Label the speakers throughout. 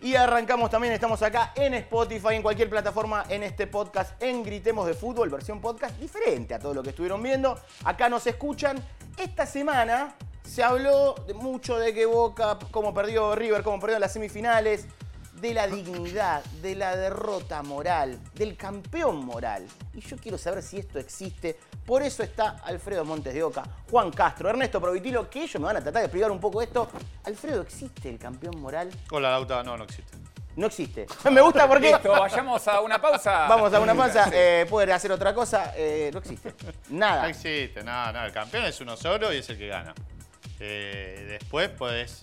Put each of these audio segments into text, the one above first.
Speaker 1: Y arrancamos también, estamos acá en Spotify, en cualquier plataforma, en este podcast, en Gritemos de Fútbol, versión podcast diferente a todo lo que estuvieron viendo. Acá nos escuchan. Esta semana se habló de mucho de que Boca, cómo perdió River, cómo perdió las semifinales, de la dignidad, de la derrota moral, del campeón moral. Y yo quiero saber si esto existe. Por eso está Alfredo Montes de Oca, Juan Castro, Ernesto Provitilo, que ellos me van a tratar de explicar un poco esto. Alfredo, ¿existe el campeón moral?
Speaker 2: Hola, Lauta. No, no existe.
Speaker 1: No existe. Me gusta porque
Speaker 3: Listo, vayamos a una pausa.
Speaker 1: vamos a una pausa, eh, poder hacer otra cosa. eh, no existe.
Speaker 2: No
Speaker 1: Nada.
Speaker 2: existe, nada, nada. El campeón es uno solo y es el que gana. Eh, después podés,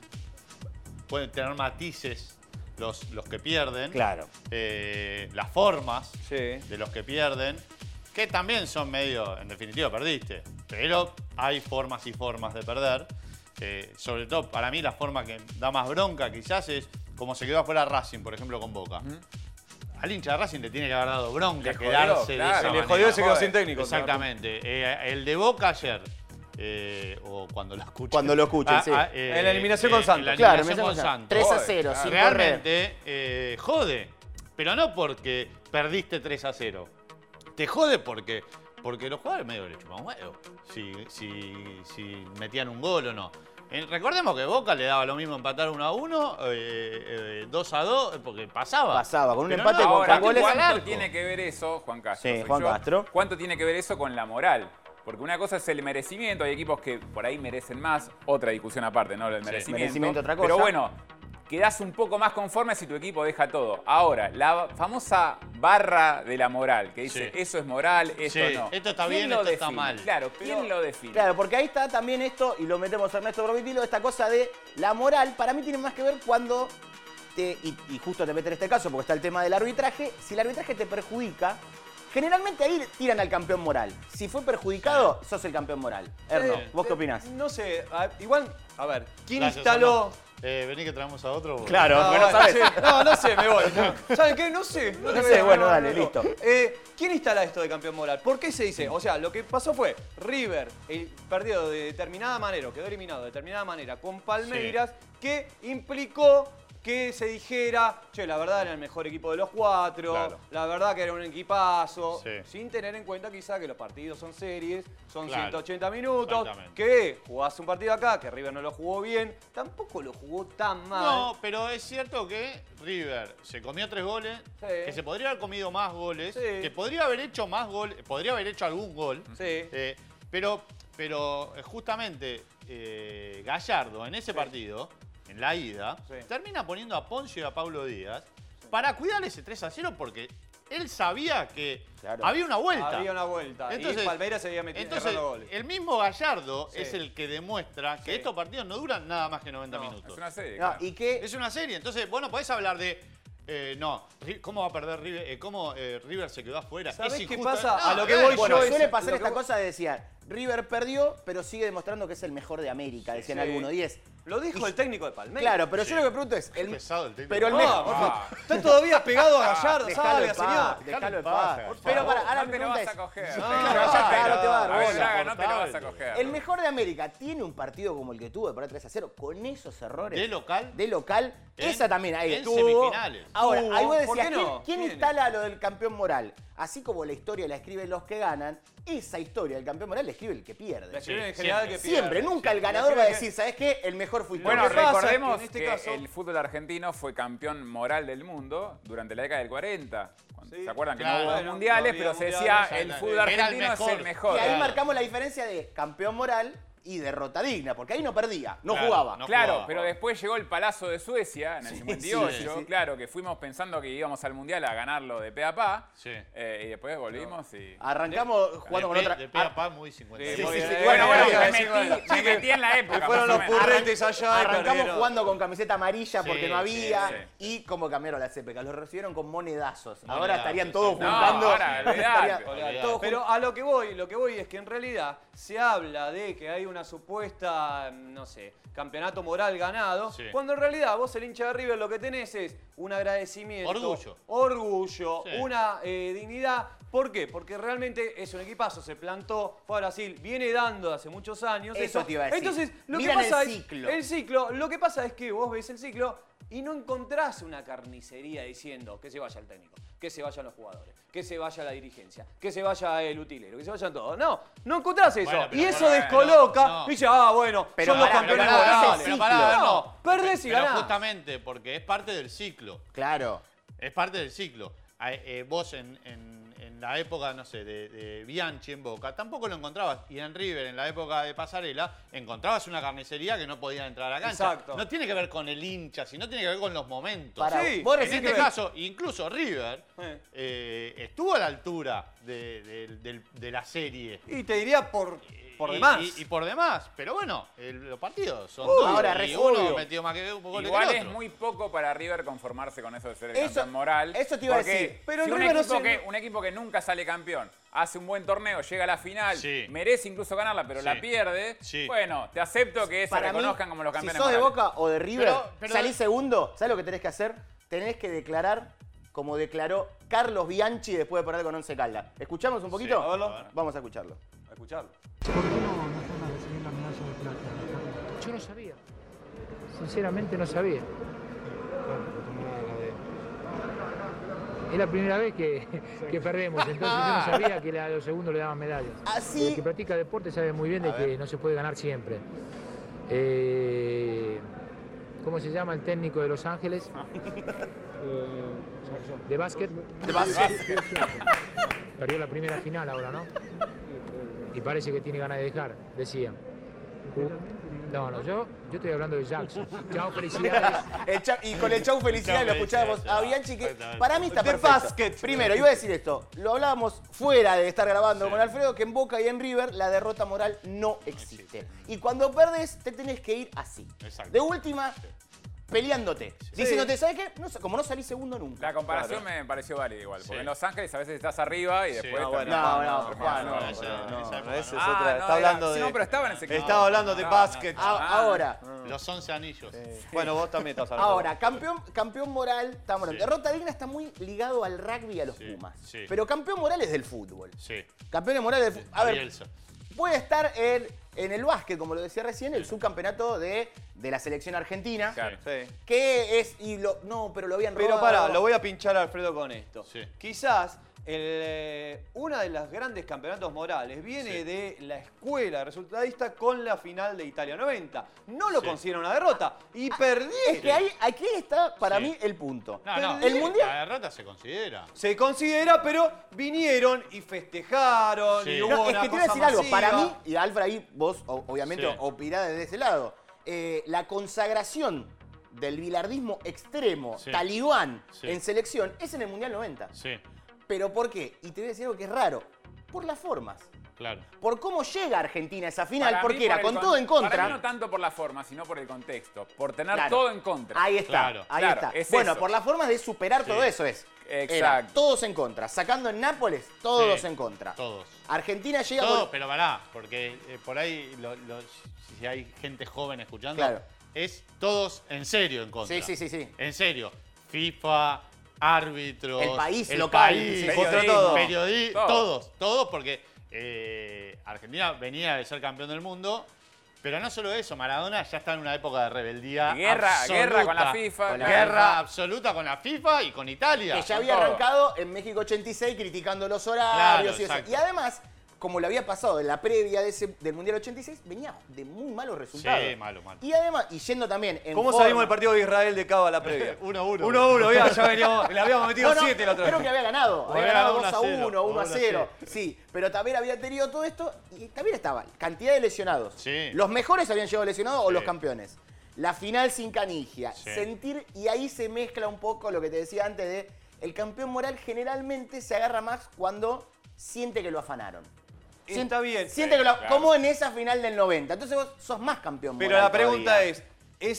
Speaker 2: pueden tener matices los, los que pierden.
Speaker 1: Claro.
Speaker 2: Eh, las formas
Speaker 3: Sí.
Speaker 2: de los que pierden, que también son medio, en definitiva, perdiste. Pero hay formas y formas de perder. Eh, sobre todo, para mí, la forma que da más bronca quizás es como se quedó afuera Racing, por ejemplo, con Boca. Al hincha de Racing le tiene que haber dado bronca
Speaker 3: Le jodió,
Speaker 2: quedarse de
Speaker 3: claro,
Speaker 2: esa
Speaker 3: le
Speaker 2: manera.
Speaker 4: Jodido se quedó
Speaker 3: Joder.
Speaker 4: sin técnico.
Speaker 2: Exactamente. Eh, el de Boca ayer. eh, o cuando lo escuchen.
Speaker 1: Cuando lo escuchen, sí.
Speaker 2: eh,
Speaker 4: En la eliminación con
Speaker 2: en
Speaker 4: Santos.
Speaker 2: la
Speaker 1: Claro, me
Speaker 2: eliminación con Santos.
Speaker 1: 3 a
Speaker 3: Joder,
Speaker 1: 0,
Speaker 3: claro.
Speaker 1: sin correr.
Speaker 2: Realmente eh, jode, pero no porque perdiste 3 a 0. Te jode porque, porque los jugadores medio le chupan huevo. Si, si, si metían un gol o no. Eh, recordemos que Boca le daba lo mismo empatar 1 a 1, 2 a 2, porque pasaba.
Speaker 1: Pasaba, con un
Speaker 2: Pero
Speaker 1: empate
Speaker 2: no,
Speaker 1: con
Speaker 2: ahora,
Speaker 3: Ahora,
Speaker 1: Juan goles al
Speaker 3: ¿cuánto
Speaker 1: arco.
Speaker 3: tiene que ver eso, Juan Castro?
Speaker 1: Sí,
Speaker 3: soy
Speaker 1: Juan Castro.
Speaker 3: ¿Cuánto tiene que ver eso con la moral? Porque una cosa es el merecimiento, hay equipos que por ahí merecen más, otra discusión aparte, ¿no? El merecimiento.
Speaker 1: merecimiento, otra cosa.
Speaker 3: Pero bueno, quedás un poco más conforme si tu equipo deja todo. Ahora, la famosa barra de la moral, que dice,
Speaker 2: Sí.
Speaker 3: eso es moral, esto
Speaker 2: Sí,
Speaker 3: no.
Speaker 2: esto está
Speaker 3: ¿Quién
Speaker 2: bien,
Speaker 3: lo
Speaker 2: esto está
Speaker 3: define?
Speaker 2: mal.
Speaker 3: Claro, ¿quién lo define?
Speaker 1: Claro, porque ahí está también esto, y lo metemos a Ernesto Promitilo, esta cosa de la moral, para mí tiene más que ver cuando, te, y, y justo te meten en este caso, porque está el tema del arbitraje, si el arbitraje te perjudica, generalmente ahí tiran al campeón moral. Si fue perjudicado, sos el campeón moral. Erno,
Speaker 4: Eh,
Speaker 1: ¿vos qué
Speaker 4: eh,
Speaker 1: opinás?
Speaker 4: No sé, a- igual, a ver, ¿quién
Speaker 2: Gracias,
Speaker 4: instaló?
Speaker 2: Omar. Eh, vení que traemos a otro. porque-
Speaker 1: Claro, porque no
Speaker 4: no,
Speaker 1: sabes.
Speaker 4: sí, no, no sé, me voy. ¿Saben qué? No sé.
Speaker 1: No
Speaker 4: te
Speaker 1: sé,
Speaker 4: voy a-
Speaker 1: bueno, dale, listo.
Speaker 4: Eh, ¿Quién instala esto de campeón moral? ¿Por qué se dice? O sea, lo que pasó fue River el, perdió de determinada manera, o quedó eliminado de determinada manera con Palmeiras, que implicó que se dijera, che, la verdad era el mejor equipo de los cuatro,
Speaker 2: Claro.
Speaker 4: la verdad que era un equipazo,
Speaker 2: Sí.
Speaker 4: sin tener en cuenta quizá que los partidos son series, son
Speaker 2: Claro.
Speaker 4: 180 minutos,
Speaker 2: Exactamente.
Speaker 4: que jugás un partido acá, que River no lo jugó bien, tampoco lo jugó tan mal.
Speaker 2: No, pero es cierto que River se comió tres goles,
Speaker 4: Sí.
Speaker 2: que se podría haber comido más goles,
Speaker 4: Sí.
Speaker 2: que podría haber hecho más goles, podría haber hecho algún gol.
Speaker 4: Sí.
Speaker 2: Eh, pero, pero eh, justamente eh, Gallardo en ese partido, en la ida,
Speaker 4: Sí.
Speaker 2: termina poniendo a Poncio y a Pablo Díaz para cuidar ese 3 a 0 porque él sabía que
Speaker 1: Claro.
Speaker 2: había una vuelta.
Speaker 4: Había una vuelta. y Palmeiras se había metido
Speaker 2: entonces,
Speaker 4: errando
Speaker 1: eh,
Speaker 4: goles.
Speaker 2: el mismo Gallardo
Speaker 4: Sí.
Speaker 2: es el que demuestra que
Speaker 4: Sí.
Speaker 2: estos partidos no duran nada más que 90
Speaker 4: No,
Speaker 2: minutos.
Speaker 3: Es una serie.
Speaker 1: No,
Speaker 3: claro.
Speaker 1: y que
Speaker 2: Es una serie, entonces vos no podés hablar de. eh, no, Ri- ¿cómo va a perder River? eh, ¿Cómo eh, River se quedó afuera?
Speaker 4: ¿Sabés
Speaker 2: Es
Speaker 4: qué
Speaker 2: injusto.
Speaker 4: pasa?
Speaker 2: No,
Speaker 4: A lo que
Speaker 2: eh,
Speaker 4: voy
Speaker 1: bueno,
Speaker 4: yo es-
Speaker 1: suele pasar
Speaker 4: lo que
Speaker 1: esta
Speaker 4: vos-
Speaker 1: cosa de decir, River perdió, pero sigue demostrando que es el mejor de América, decían
Speaker 4: sí.
Speaker 1: algunos. Y es,
Speaker 4: Lo dijo el técnico de Palmeiras.
Speaker 1: claro, pero yo lo que pregunto es, el-
Speaker 2: pesado el técnico.
Speaker 1: pero el
Speaker 2: No,
Speaker 1: mejor...
Speaker 4: por favor. Está todavía pegado a Gallardo,
Speaker 1: Dejalo
Speaker 4: salga,
Speaker 1: en paz, dejalo en
Speaker 4: señor.
Speaker 2: Dejalo en
Speaker 1: paz.
Speaker 2: paz, por
Speaker 1: Pero
Speaker 3: favor.
Speaker 1: para, ahora
Speaker 3: No
Speaker 1: mi
Speaker 3: te lo
Speaker 1: pregunta
Speaker 3: vas
Speaker 1: es-
Speaker 3: a coger.
Speaker 1: No,
Speaker 3: No,
Speaker 1: claro, no te va a
Speaker 3: A
Speaker 1: dar
Speaker 3: ver,
Speaker 1: bola.
Speaker 3: Braga, no te la vas a
Speaker 2: Insoportable.
Speaker 3: coger.
Speaker 1: El mejor de América tiene un partido como el que tuvo, de poner 3 a 0, con esos errores.
Speaker 2: De local.
Speaker 1: De local.
Speaker 2: En-
Speaker 1: esa también ahí
Speaker 2: en
Speaker 1: tuvo.
Speaker 2: semifinales.
Speaker 1: Ahora,
Speaker 4: Tuvo.
Speaker 1: ahí vos decías,
Speaker 4: Uh, ¿Por qué
Speaker 1: ¿quién,
Speaker 4: no?
Speaker 1: quién
Speaker 4: Tiene.
Speaker 1: instala lo del campeón moral? Así como la historia la escriben los que ganan, esa historia del campeón moral la escribe el que pierde.
Speaker 4: La escriben en
Speaker 2: Sí,
Speaker 4: general
Speaker 2: siempre.
Speaker 4: que pierde.
Speaker 1: Siempre, nunca el
Speaker 4: Siempre.
Speaker 1: ganador va a
Speaker 4: La escriben
Speaker 1: decir, ¿sabes qué? El mejor fui yo.
Speaker 3: Bueno,
Speaker 4: que pasa es que
Speaker 3: recordemos
Speaker 4: en
Speaker 3: que,
Speaker 4: este caso-
Speaker 3: el fútbol argentino fue campeón moral del mundo durante la década del 40. cuando-
Speaker 4: Sí.
Speaker 3: ¿Se acuerdan que
Speaker 2: Claro.
Speaker 3: no hubo
Speaker 2: Bueno,
Speaker 3: mundiales,
Speaker 4: no había
Speaker 3: pero se decía
Speaker 4: mundiales,
Speaker 3: el
Speaker 2: exacto.
Speaker 3: fútbol
Speaker 2: Era el
Speaker 3: argentino es el
Speaker 2: mejor.
Speaker 3: mejor?
Speaker 1: y ahí
Speaker 2: claro.
Speaker 1: marcamos la diferencia de campeón moral y derrota digna, porque ahí no perdía, no
Speaker 2: Claro,
Speaker 1: jugaba.
Speaker 2: no.
Speaker 3: Claro,
Speaker 2: jugaba.
Speaker 3: pero después llegó el Palazo de Suecia en el 58,
Speaker 1: sí, sí.
Speaker 3: claro, que fuimos pensando que íbamos al Mundial a ganarlo de pe a pa,
Speaker 2: Sí.
Speaker 3: eh, y después volvimos y... Eh,
Speaker 1: Arrancamos jugando con
Speaker 2: de,
Speaker 1: otra.
Speaker 2: pe- de pe a pa, muy 50.
Speaker 4: Sí,
Speaker 1: Sí,
Speaker 4: muy
Speaker 1: sí,
Speaker 4: bien.
Speaker 1: sí.
Speaker 3: Bueno, bueno,
Speaker 1: Sí,
Speaker 3: me
Speaker 1: sí,
Speaker 3: metí, me metí en la época.
Speaker 4: Se fueron
Speaker 3: más o
Speaker 4: los
Speaker 3: menos.
Speaker 4: purretes allá. y
Speaker 1: Arrancamos
Speaker 4: perdieron.
Speaker 1: jugando con camiseta amarilla
Speaker 2: Sí,
Speaker 1: porque no
Speaker 2: sí,
Speaker 1: había.
Speaker 3: sí.
Speaker 1: Y como cambiaron la CPK, los recibieron con monedazos. ahora
Speaker 2: Monedazos,
Speaker 1: estarían todos
Speaker 2: exacto.
Speaker 1: juntando.
Speaker 3: No, ahora, olvidate,
Speaker 1: estarían
Speaker 2: olvidate.
Speaker 1: todos
Speaker 4: Pero a lo que voy, lo que voy es que en realidad se habla de que hay una supuesta, mm, no sé, campeonato moral ganado,
Speaker 2: Sí.
Speaker 4: cuando en realidad vos el hincha de River lo que tenés es un agradecimiento,
Speaker 2: Orgullo.
Speaker 4: orgullo,
Speaker 2: Sí.
Speaker 4: una eh, dignidad. ¿Por qué? Porque realmente es un equipazo, se plantó, fue a Brasil, viene dando hace muchos años.
Speaker 1: Eso te iba a decir.
Speaker 4: Entonces, lo
Speaker 1: Miran
Speaker 4: que pasa
Speaker 1: el
Speaker 4: es
Speaker 1: ciclo.
Speaker 4: el ciclo, lo que pasa es que vos ves el ciclo Y no encontrás una carnicería diciendo que se vaya el técnico, que se vayan los jugadores, que se vaya la dirigencia, que se vaya el utilero, que se vayan todos. No, no encontrás eso.
Speaker 2: Bueno, pero
Speaker 4: y eso
Speaker 2: bueno,
Speaker 4: descoloca.
Speaker 2: no.
Speaker 4: Y dice, ah, bueno,
Speaker 1: Pero
Speaker 4: son los
Speaker 1: pará,
Speaker 4: campeones
Speaker 1: pará,
Speaker 4: morales.
Speaker 1: ese
Speaker 2: pero pará,
Speaker 1: ciclo.
Speaker 2: no.
Speaker 4: Perdés y
Speaker 2: Pero
Speaker 4: ganás.
Speaker 2: justamente, porque es parte del ciclo.
Speaker 1: Claro.
Speaker 2: Es parte del ciclo. A- eh, vos en, en- en la época, no sé, de, de Bianchi en Boca, tampoco lo encontrabas. Y en River, en la época de Pasarela, encontrabas una carnicería que no podía entrar a la cancha.
Speaker 4: Exacto.
Speaker 2: No tiene que ver con el hincha, sino tiene que ver con los momentos.
Speaker 1: Para,
Speaker 4: Sí,
Speaker 1: vos
Speaker 4: en
Speaker 1: decís
Speaker 2: en
Speaker 1: que-
Speaker 2: este caso, incluso River
Speaker 4: Eh.
Speaker 2: eh, estuvo a la altura de, de- del- de la serie.
Speaker 4: Y te diría por, por
Speaker 2: Y-
Speaker 4: demás.
Speaker 2: Y, y por demás. Pero bueno, el- los partidos son
Speaker 1: Obvio,
Speaker 2: duros.
Speaker 1: ahora
Speaker 2: y
Speaker 1: re-
Speaker 2: uno
Speaker 1: obvio.
Speaker 2: metió más que un poco
Speaker 3: Igual
Speaker 2: que el
Speaker 3: es
Speaker 2: otro.
Speaker 3: muy poco para River conformarse con eso de ser el
Speaker 1: Eso-
Speaker 3: campeón moral.
Speaker 1: eso te iba a
Speaker 3: porque
Speaker 1: decir.
Speaker 4: Pero
Speaker 3: si
Speaker 4: en
Speaker 3: un,
Speaker 4: River no
Speaker 3: equipo
Speaker 4: se-
Speaker 3: que, un equipo que nunca sale campeón, hace un buen torneo, llega a la final,
Speaker 2: Sí.
Speaker 3: merece incluso ganarla, pero la
Speaker 2: Sí.
Speaker 3: pierde,
Speaker 2: Sí.
Speaker 3: bueno, te acepto que se
Speaker 1: Para mí,
Speaker 3: reconozcan como los
Speaker 1: si
Speaker 3: campeones
Speaker 1: sos de
Speaker 3: morales.
Speaker 1: Boca o de River,
Speaker 2: Pero- pero-
Speaker 1: salís segundo, ¿sabes lo que tenés que hacer? Tenés que declarar como declaró Carlos Bianchi después de perder con Once Caldas. ¿Escuchamos un poquito?
Speaker 4: a verlo.
Speaker 1: Vamos a escucharlo.
Speaker 4: A escucharlo.
Speaker 5: ¿Por qué no, no fueron a recibir la medalla de plata?
Speaker 6: Yo no sabía. Sinceramente no sabía. Es la primera vez que, que perdemos, entonces yo no sabía que la- a los segundos le daban medallas.
Speaker 1: Así-
Speaker 6: El que practica deporte sabe muy bien de que no se puede ganar siempre. Eh, ¿Cómo se llama el técnico de Los Ángeles? ¿De básquet? De básquet. Perdió la primera final ahora, ¿no? Y parece que tiene ganas de dejar, decían. No, no, yo, yo estoy hablando de Jackson. Chao, felicidades.
Speaker 1: El cha- y con el chau felicidad
Speaker 2: Chau
Speaker 1: lo escuchábamos
Speaker 2: felicidad,
Speaker 1: a
Speaker 2: chau.
Speaker 1: Bianchi que
Speaker 2: Exactamente.
Speaker 1: para mí está
Speaker 4: De
Speaker 1: perfecto.
Speaker 4: básquet.
Speaker 1: Primero, iba a decir esto, lo hablábamos fuera de estar grabando con Alfredo que en Boca y en River la derrota moral no existe. Y cuando perdes te tenés que ir así.
Speaker 2: Exacto.
Speaker 1: De última peleándote, diciéndote, ¿sabes qué? No, sa- como no salís segundo nunca.
Speaker 3: La comparación me pareció válida igual, porque
Speaker 2: Sí.
Speaker 3: en Los Ángeles a veces estás arriba y
Speaker 2: Sí.
Speaker 3: después...
Speaker 2: No,
Speaker 1: bueno,
Speaker 3: terminás-
Speaker 1: no, no,
Speaker 3: terminás-
Speaker 1: Juan, no,
Speaker 2: esa-
Speaker 4: no,
Speaker 2: esa época
Speaker 4: esa es
Speaker 2: no.
Speaker 3: Ah,
Speaker 4: otra.
Speaker 3: no,
Speaker 4: está
Speaker 3: era-
Speaker 4: hablando
Speaker 3: sí,
Speaker 4: de.
Speaker 3: no, pero estaba en ese equipo.
Speaker 4: Estaba hablando de
Speaker 3: No, no,
Speaker 4: básquet.
Speaker 3: no.
Speaker 1: A-
Speaker 3: Ah.
Speaker 1: ahora,
Speaker 2: Los 11 anillos.
Speaker 4: Bueno, vos también estás hablando.
Speaker 1: Ahora, campeón, campeón moral, estamos hablando.
Speaker 2: Sí.
Speaker 1: derrota digna está muy ligado al rugby y a los
Speaker 2: Sí,
Speaker 1: Pumas.
Speaker 2: sí.
Speaker 1: Pero campeón moral es del fútbol.
Speaker 2: Sí.
Speaker 1: Campeones morales del fútbol. A ver,
Speaker 2: Bielsa.
Speaker 1: puede estar en, en el básquet, como lo decía recién, el subcampeonato de, de la selección argentina.
Speaker 3: Claro.
Speaker 4: Sí.
Speaker 1: Que es. Y lo, no, pero lo habían
Speaker 4: Pero
Speaker 1: robado.
Speaker 4: pará, lo voy a pinchar a Alfredo con esto.
Speaker 2: Sí.
Speaker 4: Quizás el, eh, una de las grandes campeonatos morales viene
Speaker 2: Sí.
Speaker 4: de la escuela resultadista con la final de Italia 90. No lo
Speaker 2: Sí.
Speaker 4: considera una derrota y perdí.
Speaker 1: Es que ahí, aquí está para
Speaker 2: Sí.
Speaker 1: mí el punto.
Speaker 2: No, no.
Speaker 1: El mundial.
Speaker 2: La derrota se considera.
Speaker 4: Se considera, pero vinieron y festejaron
Speaker 2: Sí.
Speaker 4: y
Speaker 2: No,
Speaker 4: hubo
Speaker 1: No, es
Speaker 4: una
Speaker 1: que te
Speaker 4: cosa
Speaker 1: iba a decir algo.
Speaker 4: masiva.
Speaker 1: Para mí, y Alfred ahí vos o- obviamente
Speaker 2: Sí.
Speaker 1: opinás desde ese lado, eh, la consagración del bilardismo extremo,
Speaker 2: Sí.
Speaker 1: talibán,
Speaker 2: Sí.
Speaker 1: en selección, es en el Mundial 90.
Speaker 2: Sí,
Speaker 1: ¿Pero por qué? Y te voy a decir algo que es raro. Por las formas.
Speaker 2: claro.
Speaker 1: Por cómo llega Argentina a esa final,
Speaker 3: Para
Speaker 1: porque
Speaker 3: mí, por
Speaker 1: era
Speaker 3: el
Speaker 1: con
Speaker 3: con-
Speaker 1: todo en
Speaker 3: Para mí no
Speaker 1: contra.
Speaker 3: tanto por la forma, sino por el contexto. Por tener
Speaker 1: Claro.
Speaker 3: todo en contra.
Speaker 1: Ahí está,
Speaker 2: Claro,
Speaker 1: ahí
Speaker 3: claro,
Speaker 1: está.
Speaker 3: es
Speaker 1: bueno,
Speaker 3: eso.
Speaker 1: por las formas de superar todo eso es. Era
Speaker 3: Exacto.
Speaker 1: todos en contra. Sacando en Nápoles, todos
Speaker 2: Sí,
Speaker 1: en contra.
Speaker 2: todos.
Speaker 1: Argentina llega
Speaker 2: Todo,
Speaker 1: por-
Speaker 2: pero pará, porque eh, por ahí, lo- lo- si hay gente joven escuchando,
Speaker 1: Claro.
Speaker 2: es todos en serio en contra.
Speaker 1: Sí, sí, sí, sí.
Speaker 2: En serio. FIFA, árbitros.
Speaker 1: El país local,
Speaker 2: país,
Speaker 1: sí,
Speaker 2: periodismo,
Speaker 1: contra todo.
Speaker 2: periodi-
Speaker 3: Todo.
Speaker 2: todos, todos, porque eh, Argentina venía de ser campeón del mundo. Pero no solo eso, Maradona ya está en una época de rebeldía.
Speaker 3: Guerra-
Speaker 2: absoluta.
Speaker 3: guerra con la FIFA,
Speaker 2: Con la
Speaker 3: claro.
Speaker 2: guerra absoluta con la FIFA y con Italia.
Speaker 1: Que ya
Speaker 3: con
Speaker 1: había
Speaker 3: todo.
Speaker 1: arrancado en México 86 criticando los horarios
Speaker 2: Claro,
Speaker 1: y eso.
Speaker 2: exacto.
Speaker 1: Y además, como lo había pasado en la previa de ese- del Mundial 86, venía de muy malos resultados.
Speaker 2: Sí, malo, malo.
Speaker 1: Y además, y yendo también en
Speaker 4: ¿Cómo
Speaker 1: forma-
Speaker 4: salimos del partido de Israel de Cava a la
Speaker 2: Eh,
Speaker 4: previa?
Speaker 2: 1-1.
Speaker 4: 1-1, ya, ya veníamos. Le habíamos
Speaker 1: No,
Speaker 4: metido
Speaker 1: no,
Speaker 4: 7 la otra
Speaker 1: creo
Speaker 4: vez.
Speaker 1: que había ganado. Había
Speaker 2: Había
Speaker 1: ganado 2
Speaker 2: ganado
Speaker 1: a
Speaker 2: 1-0,
Speaker 1: 1, 1 a 0.
Speaker 2: 1-0.
Speaker 1: Sí, pero también había tenido todo esto y también estaba cantidad de lesionados.
Speaker 2: Sí.
Speaker 1: Los mejores habían llegado lesionados o
Speaker 2: Sí.
Speaker 1: los campeones. La final sin canigia.
Speaker 2: Sí.
Speaker 1: Sentir, y ahí se mezcla un poco lo que te decía antes de el campeón moral generalmente se agarra más cuando siente que lo afanaron. Sien-
Speaker 4: Está bien.
Speaker 1: Siente que lo,
Speaker 3: Claro.
Speaker 1: como en esa final del 90. Entonces vos sos más campeón
Speaker 4: Pero
Speaker 1: moral
Speaker 4: la pregunta
Speaker 1: todavía.
Speaker 4: es,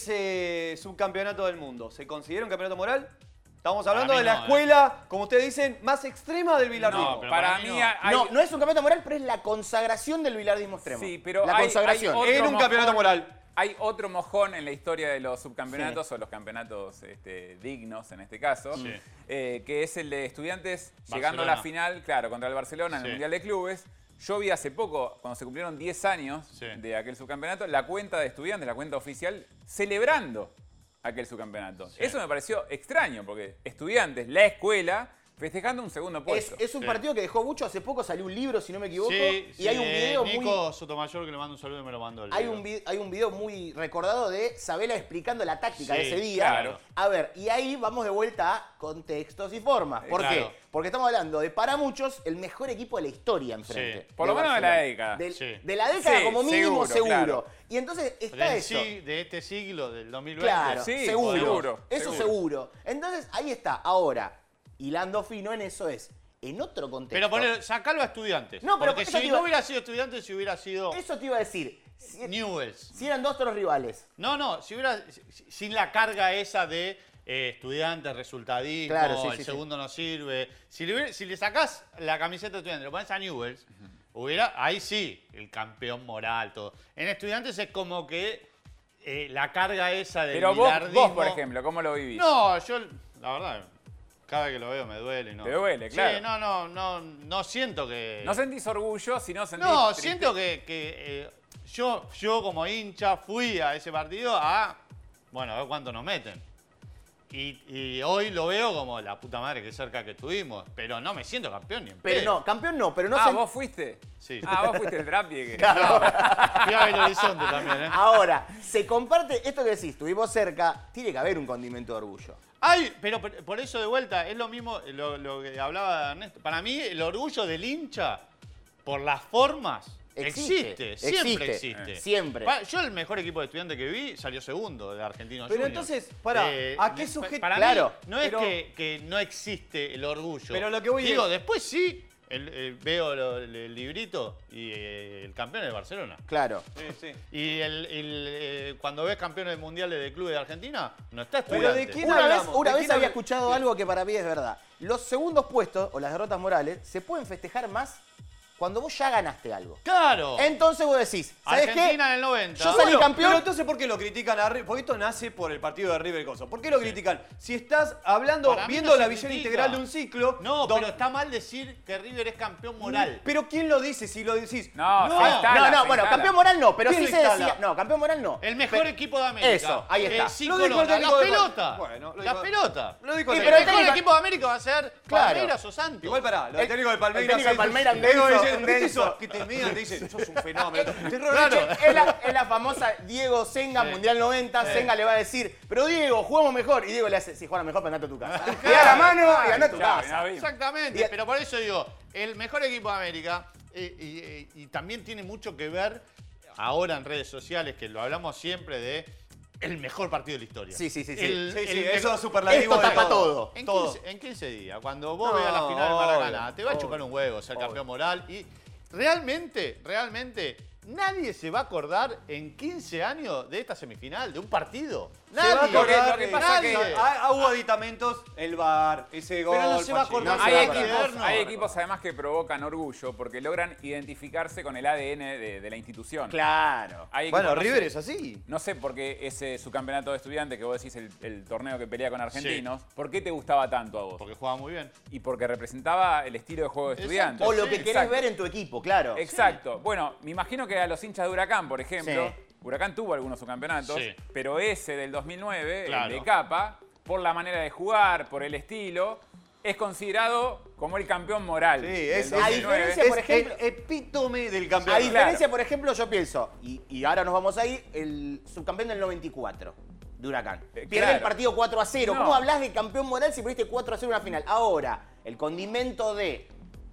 Speaker 4: ¿ese subcampeonato del mundo se considera un campeonato moral? Estamos hablando
Speaker 2: mí
Speaker 4: de la
Speaker 2: no, ¿eh?
Speaker 4: escuela, como ustedes dicen, más extrema del bilardismo.
Speaker 3: No,
Speaker 2: pero
Speaker 3: para,
Speaker 2: para mí
Speaker 3: mí
Speaker 2: no.
Speaker 3: hay-
Speaker 1: No, no es un campeonato moral, pero es la consagración del bilardismo extremo.
Speaker 3: Sí, pero
Speaker 1: la
Speaker 3: hay-
Speaker 1: consagración.
Speaker 3: hay otro
Speaker 4: En un campeonato moral.
Speaker 3: Hay otro mojón en la historia de los subcampeonatos o los campeonatos este, dignos en este caso,
Speaker 2: Sí.
Speaker 3: eh, que es el de estudiantes llegando a la
Speaker 2: Barcelona.
Speaker 3: final, claro, contra el Barcelona en
Speaker 2: Sí.
Speaker 3: el Mundial de Clubes. Yo vi hace poco, cuando se cumplieron 10 años
Speaker 2: Sí.
Speaker 3: de aquel subcampeonato, la cuenta de estudiantes, la cuenta oficial, celebrando aquel subcampeonato. Eso me pareció extraño, porque estudiantes, la escuela, festejando un segundo
Speaker 1: Es,
Speaker 3: puesto.
Speaker 1: es un
Speaker 2: Sí.
Speaker 1: partido que dejó mucho. Hace poco salió un libro, si no me equivoco.
Speaker 2: Sí,
Speaker 1: y
Speaker 2: sí, eh,
Speaker 1: hay un video
Speaker 2: Nico
Speaker 1: muy.
Speaker 2: Sotomayor que le mando un saludo y me lo mando el
Speaker 1: Hay
Speaker 2: video.
Speaker 1: un, vi- hay un video muy recordado de Sabela explicando la táctica de
Speaker 2: Sí,
Speaker 1: ese día.
Speaker 2: claro.
Speaker 1: A ver, y ahí vamos de vuelta a contextos y formas. ¿Por
Speaker 2: Eh, claro.
Speaker 1: qué? Porque estamos hablando de, para muchos, el mejor equipo de la historia enfrente.
Speaker 2: Sí.
Speaker 3: Por lo menos de la
Speaker 1: Barcelona.
Speaker 3: década.
Speaker 1: Del-
Speaker 2: Sí.
Speaker 1: De la década
Speaker 3: Sí,
Speaker 1: como mínimo
Speaker 3: seguro,
Speaker 1: seguro.
Speaker 3: claro.
Speaker 1: Y entonces está
Speaker 2: Del
Speaker 1: eso.
Speaker 2: sig- de este siglo, del 2020.
Speaker 1: Claro,
Speaker 3: Sí,
Speaker 1: seguro.
Speaker 3: seguro,
Speaker 1: Eso
Speaker 3: seguro.
Speaker 1: seguro. Entonces, ahí está. Ahora, hilando fino en eso es, en otro contexto.
Speaker 2: Pero poner, sacalo a estudiantes.
Speaker 1: No, pero
Speaker 2: porque
Speaker 1: eso
Speaker 2: si
Speaker 1: te iba-
Speaker 2: no hubiera sido estudiantes, si hubiera sido
Speaker 1: Eso te iba a decir. Si,
Speaker 2: Newells.
Speaker 1: si eran dos otros rivales.
Speaker 2: No, no, si hubiera, si- sin la carga esa de eh, estudiantes, resultadismo,
Speaker 1: Claro, sí,
Speaker 2: el
Speaker 1: sí, sí.
Speaker 2: segundo no sirve. Si le, hubiera- si le sacás la camiseta de estudiantes, lo pones a Newells, hubiera, ahí sí, el campeón moral, todo. En estudiantes es como que eh, la carga esa del
Speaker 3: Pero vos, vos, por
Speaker 2: bilardismo-
Speaker 3: ejemplo, ¿cómo lo vivís?
Speaker 2: No, yo, la verdad, cada vez que lo veo me duele. No.
Speaker 3: Te duele, claro.
Speaker 2: Sí, no, no, no, no siento que...
Speaker 3: No sentís orgullo, sino sentís.
Speaker 2: No,
Speaker 3: triste-
Speaker 2: siento que, que, eh, yo, yo como hincha fui a ese partido a, bueno, a ver cuánto nos meten. Y, y hoy lo veo como la puta madre que cerca que tuvimos, pero no me siento campeón ni en
Speaker 1: Pero
Speaker 2: pedo.
Speaker 1: no, campeón no, pero no
Speaker 3: Ah,
Speaker 1: se-
Speaker 3: vos fuiste.
Speaker 2: Sí.
Speaker 3: Ah, vos fuiste el trap, Diegue.
Speaker 2: Fui a Belo Horizonte también, ¿eh?
Speaker 1: Ahora, se comparte esto que decís, estuvimos cerca, tiene que haber un condimento de orgullo.
Speaker 2: Ay, pero por por eso de vuelta, es lo mismo eh, lo, lo que hablaba Ernesto. Para mí, el orgullo del hincha por las formas
Speaker 1: Existe,
Speaker 2: existe, siempre
Speaker 1: existe,
Speaker 2: existe.
Speaker 1: eh, siempre.
Speaker 2: Pa- Yo, el mejor equipo de estudiantes que vi salió segundo de Argentino.
Speaker 4: Pero
Speaker 2: Junior.
Speaker 4: entonces, pará, ¿a qué
Speaker 2: pa-
Speaker 4: sujet-
Speaker 2: Para
Speaker 1: Claro,
Speaker 2: mí, no es
Speaker 4: pero-
Speaker 2: que, que no existe el orgullo.
Speaker 4: Pero lo que voy
Speaker 2: Digo,
Speaker 4: es-
Speaker 2: después sí, el- el- veo lo- el, el librito y eh, el campeón de Barcelona.
Speaker 1: Claro.
Speaker 4: Sí, sí.
Speaker 2: Y el, el, eh, cuando ves campeones mundiales de clubes de Argentina, no está
Speaker 4: Pero ¿de
Speaker 2: estudiante.
Speaker 4: quién
Speaker 1: Una vez,
Speaker 4: hablamos?
Speaker 1: una
Speaker 4: ¿De
Speaker 1: vez
Speaker 4: quién
Speaker 1: había
Speaker 4: habl-
Speaker 1: escuchado algo que para mí es verdad. Los segundos puestos o las derrotas morales se pueden festejar más cuando vos ya ganaste algo.
Speaker 2: Claro.
Speaker 1: Entonces vos decís, ¿sabés
Speaker 2: Oh. Argentina
Speaker 1: qué?
Speaker 2: en el 90.
Speaker 1: Yo salí
Speaker 4: Bueno,
Speaker 1: campeón.
Speaker 4: Pero entonces, ¿por qué lo critican a River? Porque esto nace por el partido de River Coso. ¿Por qué lo critican? Si estás hablando,
Speaker 2: Para mí
Speaker 4: viendo
Speaker 2: no se
Speaker 4: la visión
Speaker 2: critica.
Speaker 4: integral de un ciclo.
Speaker 2: No,
Speaker 4: don-
Speaker 2: pero está mal decir que River es campeón moral.
Speaker 4: Pero ¿quién lo dice si lo decís?
Speaker 2: No,
Speaker 3: No, se
Speaker 1: No,
Speaker 3: instala,
Speaker 1: no,
Speaker 3: se
Speaker 1: bueno,
Speaker 3: instala.
Speaker 1: campeón moral no, pero sí
Speaker 4: ¿Quién lo
Speaker 1: se
Speaker 4: instala?
Speaker 1: decía. No, campeón moral no.
Speaker 2: El mejor
Speaker 1: Pe-
Speaker 2: equipo de América.
Speaker 1: Eso, ahí está.
Speaker 2: Eh, sin
Speaker 4: Lo dijo el
Speaker 2: Colón,
Speaker 4: técnico
Speaker 2: Las
Speaker 4: de-
Speaker 2: pelotas.
Speaker 4: Bueno, lo
Speaker 2: las
Speaker 4: dijo-
Speaker 2: pelotas.
Speaker 4: lo dijo
Speaker 2: el,
Speaker 4: el
Speaker 1: técnico.
Speaker 2: mejor
Speaker 1: Pero el
Speaker 2: equipo de América va a ser
Speaker 1: Claro.
Speaker 2: Palmeiras o Santos.
Speaker 4: Igual pará, lo del
Speaker 1: El-
Speaker 4: técnico del Palmeiras.
Speaker 1: el técnico del
Speaker 4: es-
Speaker 1: Palmeiras,
Speaker 4: te digo,
Speaker 1: denso,
Speaker 4: dicen, ¿viste
Speaker 1: denso.
Speaker 4: eso? Que te miran, te dicen, sos un fenómeno. Te roban el
Speaker 1: Che, Es la, es la famosa Diego Senga, Mundial 90. Senga le va a decir, pero Diego, jugamos mejor. Y Diego le hace, si jugamos mejor, pero andate a tu casa. Te da la mano y andate a tu
Speaker 3: Chao,
Speaker 1: casa.
Speaker 3: Nabil.
Speaker 2: Exactamente,
Speaker 1: Y-
Speaker 2: pero por eso digo, el mejor equipo de América, eh, y, eh, y también tiene mucho que ver ahora en redes sociales, que lo hablamos siempre de el mejor partido de la historia.
Speaker 1: Sí, sí, sí, sí.
Speaker 2: El-
Speaker 4: Sí, sí,
Speaker 2: el
Speaker 4: eso
Speaker 2: mejor-
Speaker 4: es superlativo.
Speaker 1: Esto
Speaker 4: de
Speaker 1: tapa todo.
Speaker 2: En
Speaker 4: Todo.
Speaker 2: 15, en 15 días, cuando vos
Speaker 4: No,
Speaker 2: veas la final de
Speaker 4: obvio,
Speaker 2: Maracaná, te va a
Speaker 4: obvio.
Speaker 2: chupar un huevo ser campeón moral. Y realmente, realmente, nadie se va a acordar en 15 años de esta semifinal, de un partido. Nadie.
Speaker 4: Se va a acordar,
Speaker 3: Lo que
Speaker 4: eh,
Speaker 3: pasa que-
Speaker 4: nadie. Ah, ah, hubo aditamentos, el bar, ese gol.
Speaker 2: no se va a
Speaker 4: Pachi.
Speaker 2: acordar.
Speaker 4: No se
Speaker 3: Hay
Speaker 4: va a
Speaker 2: para
Speaker 3: equipos,
Speaker 2: Moderno.
Speaker 3: hay equipos además que provocan orgullo porque logran identificarse con el ADN de, de la institución.
Speaker 1: Claro.
Speaker 3: Hay equipos,
Speaker 4: Bueno,
Speaker 3: no sé,
Speaker 4: River es así.
Speaker 3: No sé por qué ese su campeonato de estudiantes que vos decís el, el torneo que pelea con argentinos, ¿por qué te gustaba tanto a vos?
Speaker 2: Porque jugaba muy bien.
Speaker 3: Y porque representaba el estilo de juego de
Speaker 2: Exacto.
Speaker 3: estudiantes.
Speaker 1: O lo que
Speaker 2: Sí,
Speaker 1: querés
Speaker 3: Exacto.
Speaker 1: ver en tu equipo, claro.
Speaker 3: Exacto. Bueno, me imagino que a los hinchas de Huracán, por ejemplo,
Speaker 1: Sí.
Speaker 3: Huracán tuvo algunos subcampeonatos,
Speaker 2: Sí.
Speaker 3: pero ese del 2009,
Speaker 2: Claro.
Speaker 3: el de capa, por la manera de jugar, por el estilo, es considerado como el campeón moral.
Speaker 4: Sí,
Speaker 3: del
Speaker 4: es,
Speaker 1: A
Speaker 3: 2009.
Speaker 1: diferencia,
Speaker 4: es
Speaker 1: por ejemplo-
Speaker 4: el epítome del
Speaker 1: A
Speaker 4: campeonato.
Speaker 1: diferencia, por ejemplo, yo pienso, y, y ahora nos vamos ahí, el subcampeón del 94 de Huracán.
Speaker 3: Eh,
Speaker 1: Pierde
Speaker 3: claro.
Speaker 1: el partido 4 a 0.
Speaker 3: No.
Speaker 1: ¿Cómo hablas de campeón moral si perdiste 4 a 0 en una final? Ahora, el condimento de.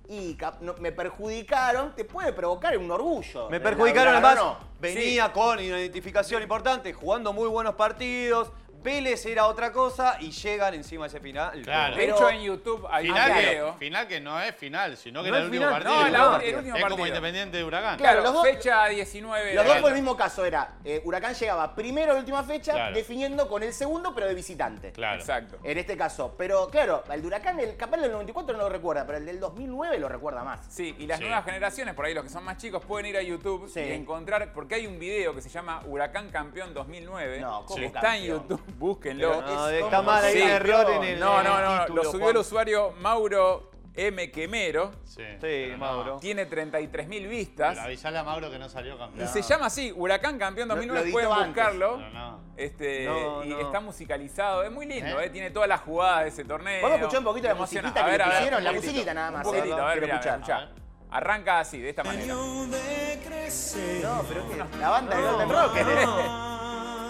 Speaker 1: Y cap- no- me perjudicaron, te puede provocar un orgullo. La-
Speaker 4: Me
Speaker 1: la-
Speaker 4: perjudicaron
Speaker 1: la-
Speaker 4: además.
Speaker 1: no.
Speaker 4: Venía con una identificación importante, jugando muy buenos partidos. Vélez era otra cosa y llegan encima a ese final.
Speaker 2: Claro.
Speaker 3: De
Speaker 1: Pero-
Speaker 3: hecho, en YouTube hay un
Speaker 2: Final que,
Speaker 3: video.
Speaker 2: final que no es final, sino que
Speaker 4: No
Speaker 2: era
Speaker 4: es
Speaker 2: el último
Speaker 4: final,
Speaker 2: partido.
Speaker 4: no, la-
Speaker 3: el último
Speaker 2: es como
Speaker 3: partido.
Speaker 2: independiente de Huracán.
Speaker 1: Claro, los dos-
Speaker 3: fecha 19.
Speaker 1: Los
Speaker 3: de-
Speaker 1: dos por el mismo caso era. eh, Huracán llegaba primero a la última fecha,
Speaker 2: Claro.
Speaker 1: definiendo con el segundo, pero de visitante.
Speaker 2: Claro.
Speaker 3: Exacto.
Speaker 1: En este caso. Pero claro, el de Huracán, el capaz del 94 no lo recuerda, pero el del 2009 lo recuerda más.
Speaker 3: Sí, y las
Speaker 2: Sí.
Speaker 3: nuevas generaciones, por ahí los que son más chicos, pueden ir a YouTube
Speaker 1: Sí.
Speaker 3: y encontrar, porque hay un video que se llama Huracán Campeón 2009.
Speaker 1: No, ¿cómo
Speaker 3: Está en
Speaker 1: campeón?
Speaker 3: YouTube, búsquenlo.
Speaker 4: No,
Speaker 1: Es
Speaker 4: está
Speaker 1: como
Speaker 4: mal, hay un
Speaker 1: campeón.
Speaker 4: error en el.
Speaker 3: No,
Speaker 4: en el
Speaker 3: no, no,
Speaker 4: título,
Speaker 3: lo subió
Speaker 4: Juan.
Speaker 3: el usuario Mauro M. Quemero.
Speaker 2: Sí,
Speaker 4: Sí,
Speaker 2: pero no.
Speaker 4: Mauro.
Speaker 3: Tiene 33.000
Speaker 2: Pero
Speaker 3: vistas.
Speaker 2: avisale a Mauro que no salió campeón.
Speaker 3: Y se llama así, Huracán Campeón
Speaker 1: Lo-
Speaker 3: 2009.
Speaker 1: lo editó
Speaker 3: Pueden
Speaker 1: antes,
Speaker 3: buscarlo.
Speaker 2: Pero no.
Speaker 3: Este,
Speaker 4: No,
Speaker 3: y
Speaker 4: no.
Speaker 3: está musicalizado. Es muy lindo,
Speaker 2: ¿Eh?
Speaker 3: eh, tiene todas las jugadas de ese torneo.
Speaker 1: Vamos a escuchar un poquito la
Speaker 3: Te eh, emociona.
Speaker 1: musiquita
Speaker 3: A
Speaker 1: que
Speaker 3: ver,
Speaker 1: le
Speaker 3: a ver,
Speaker 1: pusieron,
Speaker 3: un
Speaker 1: la
Speaker 3: poquitito,
Speaker 1: musiquita nada más,
Speaker 3: Un poquitito,
Speaker 1: ¿eh?
Speaker 3: a ver,
Speaker 1: Quiero
Speaker 3: mirá,
Speaker 1: escuchar.
Speaker 3: escuchá.
Speaker 2: A ver.
Speaker 3: Arranca así, de esta manera.
Speaker 1: No, pero que la banda de Golden Rock.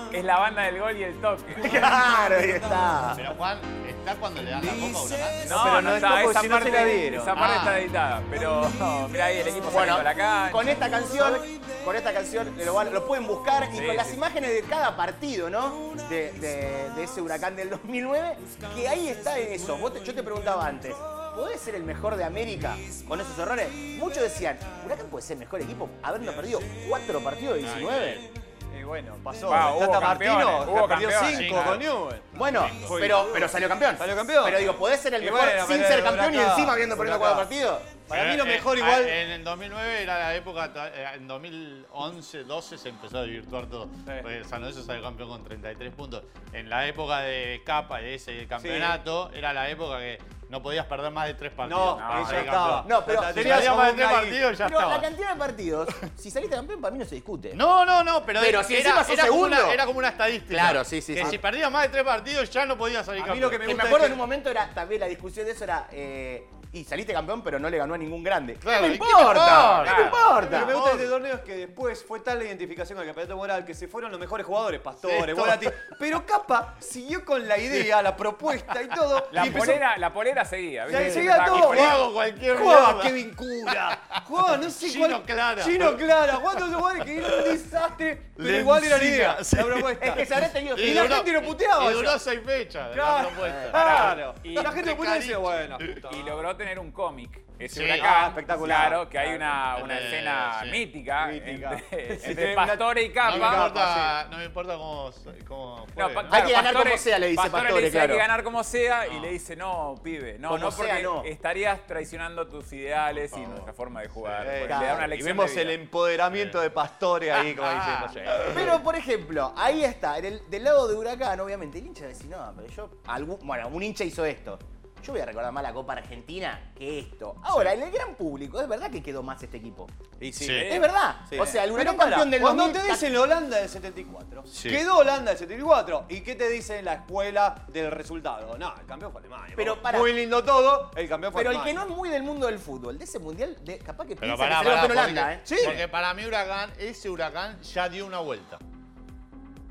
Speaker 3: Es la banda del gol y el toque.
Speaker 1: Claro, ahí está.
Speaker 2: Pero Juan, ¿está cuando le dan la copa a Huracán?
Speaker 3: No,
Speaker 4: pero
Speaker 3: no,
Speaker 4: no es
Speaker 3: está,
Speaker 4: topo,
Speaker 3: esa
Speaker 4: si no
Speaker 3: parte,
Speaker 4: se la dieron.
Speaker 3: esa parte
Speaker 2: Ah.
Speaker 3: está editada. Pero mira ahí el equipo
Speaker 1: Bueno,
Speaker 3: saliendo a la cancha.
Speaker 1: con esta canción, con esta canción lo, van- lo pueden buscar y
Speaker 3: Sí,
Speaker 1: con las
Speaker 3: sí.
Speaker 1: imágenes de cada partido, ¿no? De, de- de ese huracán del 2009, que ahí está eso. Vos te- yo te preguntaba antes, ¿podés ser el mejor de América con esos errores? Muchos decían, Huracán puede ser mejor equipo habiendo perdido cuatro partidos de 19.
Speaker 4: Y bueno, pasó.
Speaker 3: Va, hubo
Speaker 4: Tata
Speaker 3: campeones,
Speaker 4: Martino
Speaker 3: hubo
Speaker 4: que perdió
Speaker 3: campeones.
Speaker 4: 5
Speaker 2: Claro.
Speaker 4: con Newell.
Speaker 1: Bueno, pero, pero salió campeón.
Speaker 4: Salió campeón.
Speaker 1: Pero digo, ¿podés ser el
Speaker 4: Y
Speaker 1: mejor
Speaker 4: bueno,
Speaker 1: sin
Speaker 4: pero
Speaker 1: ser
Speaker 4: el
Speaker 1: campeón y
Speaker 4: Huracán,
Speaker 1: encima habiendo perdido cuatro
Speaker 4: Huracán.
Speaker 1: partidos?
Speaker 4: Para
Speaker 2: Pero,
Speaker 4: mí lo
Speaker 2: eh,
Speaker 4: mejor
Speaker 2: a-
Speaker 4: igual.
Speaker 2: En el 2009 era la época, to- eh, en 2011, 12 se empezó a desvirtuar todo. Porque San Lorenzo salió campeón con 33 puntos. En la época de Capa, de ese campeonato, era la época que no podías perder más de 3
Speaker 4: No,
Speaker 2: partidos. Ah,
Speaker 4: no,
Speaker 2: Ahí
Speaker 4: ya
Speaker 2: campeón.
Speaker 4: estaba.
Speaker 1: No, pero-
Speaker 4: Tata,
Speaker 2: Si
Speaker 4: tenías
Speaker 2: perdías
Speaker 4: como
Speaker 2: más de 3
Speaker 4: una-
Speaker 2: partidos, ya
Speaker 1: Pero la
Speaker 2: estaba.
Speaker 1: cantidad de partidos, si saliste campeón, para mí no se discute.
Speaker 2: Este, No, no, no, pero,
Speaker 1: Pero
Speaker 2: era-
Speaker 1: si encima sos
Speaker 2: era, como
Speaker 1: segundo.
Speaker 2: una, era como una estadística.
Speaker 1: Claro, sí, sí,
Speaker 2: Que
Speaker 1: sí.
Speaker 2: si perdías más de 3 partidos ya no podías salir
Speaker 4: A mí
Speaker 2: campeón.
Speaker 4: lo que me
Speaker 1: Y me
Speaker 4: gusta
Speaker 1: acuerdo
Speaker 4: es
Speaker 1: en
Speaker 4: que-
Speaker 1: un momento era, también la discusión de eso era, eh, y saliste campeón, pero no le ganó a ningún grande.
Speaker 2: Claro,
Speaker 1: no me
Speaker 2: ¿y qué me
Speaker 1: importa, no me
Speaker 4: Lo que me
Speaker 1: importa.
Speaker 4: gusta de este torneo es que después fue tal la identificación al campeonato moral que se fueron los mejores jugadores,
Speaker 2: Sí,
Speaker 4: pastores,
Speaker 2: todo.
Speaker 4: Volati. Pero Capa siguió con la idea, la propuesta y todo.
Speaker 3: La
Speaker 4: y empezó-
Speaker 3: polera, la polera seguía. ¿viste?
Speaker 4: Ya, seguía
Speaker 3: Estaba
Speaker 4: todo.
Speaker 3: con polera.
Speaker 2: Jugaba cualquier
Speaker 4: Jugaba
Speaker 2: mierda.
Speaker 4: Kevin Cura, jugaba no sé
Speaker 2: Gino
Speaker 4: cuál-
Speaker 2: Clara.
Speaker 4: Gino Clara, jugaba todos los jugadores que era un desastre, pero
Speaker 2: Lencina,
Speaker 4: igual era la idea,
Speaker 2: sí.
Speaker 4: la propuesta.
Speaker 1: Es que se habrá tenido
Speaker 4: Y la gente lo puteaba,
Speaker 2: Y
Speaker 4: o sea.
Speaker 2: duró 6 fechas de
Speaker 4: Claro. Ah,
Speaker 2: la propuesta.
Speaker 4: Claro.
Speaker 3: Y
Speaker 4: la gente lo puso y decía, bueno. puta
Speaker 3: Y
Speaker 4: madre.
Speaker 3: logró tener un cómic. Ese
Speaker 2: Sí.
Speaker 3: huracán.
Speaker 4: Ah, espectacular.
Speaker 3: Claro, que hay una, una
Speaker 2: Eh,
Speaker 3: escena
Speaker 2: sí.
Speaker 3: mítica,
Speaker 4: Mítica.
Speaker 3: entre,
Speaker 4: Sí,
Speaker 3: entre
Speaker 4: una-
Speaker 3: Pastore y
Speaker 2: No me
Speaker 3: Capa.
Speaker 2: importa, no me importa cómo, cómo fue,
Speaker 3: No, pa-
Speaker 2: ¿no?
Speaker 1: Hay que ganar como sea, le dice Pastore,
Speaker 3: dice,
Speaker 1: claro.
Speaker 3: Hay que ganar como sea y le dice, no, pibe, no,
Speaker 1: Como
Speaker 3: no,
Speaker 1: sea,
Speaker 3: porque
Speaker 1: no.
Speaker 3: estarías traicionando tus ideales y
Speaker 2: favor.
Speaker 3: nuestra forma de jugar.
Speaker 4: Eh,
Speaker 3: Porque
Speaker 1: claro.
Speaker 3: Le da una
Speaker 4: Y
Speaker 3: lección
Speaker 4: vemos
Speaker 3: de
Speaker 4: el
Speaker 3: vida.
Speaker 4: empoderamiento de Pastore ahí, como diciendo, "Sí".
Speaker 1: Pero, por ejemplo, ahí está, en el- del lado de Huracán, obviamente, el hincha va a decir, no, pero yo, algún- bueno, un hincha hizo esto. Yo voy a recordar más la Copa Argentina que esto. Ahora, en el gran público, es verdad que quedó más este equipo.
Speaker 4: Y sí.
Speaker 2: Sí.
Speaker 4: eh,
Speaker 1: Es verdad.
Speaker 4: Sí.
Speaker 1: O sea, el Huracán
Speaker 4: Pero pará,
Speaker 1: campeón del
Speaker 4: Cuando
Speaker 1: 2000
Speaker 4: te dicen Holanda del 74,
Speaker 2: Sí.
Speaker 4: quedó Holanda del 74. ¿Y qué te dice la escuela del resultado? No, el campeón fue Alemania.
Speaker 1: Pero
Speaker 4: vamos.
Speaker 1: pará.
Speaker 4: Muy lindo todo, el campeón fue
Speaker 1: Pero el que
Speaker 4: Alemania.
Speaker 1: no es muy del mundo del fútbol, de ese mundial, de- capaz que
Speaker 2: Pero
Speaker 1: piensa
Speaker 2: pará,
Speaker 1: que se lo
Speaker 2: pará,
Speaker 1: en Holanda, ¿eh?
Speaker 2: porque, porque para mí Huracán, ese Huracán ya dio una vuelta.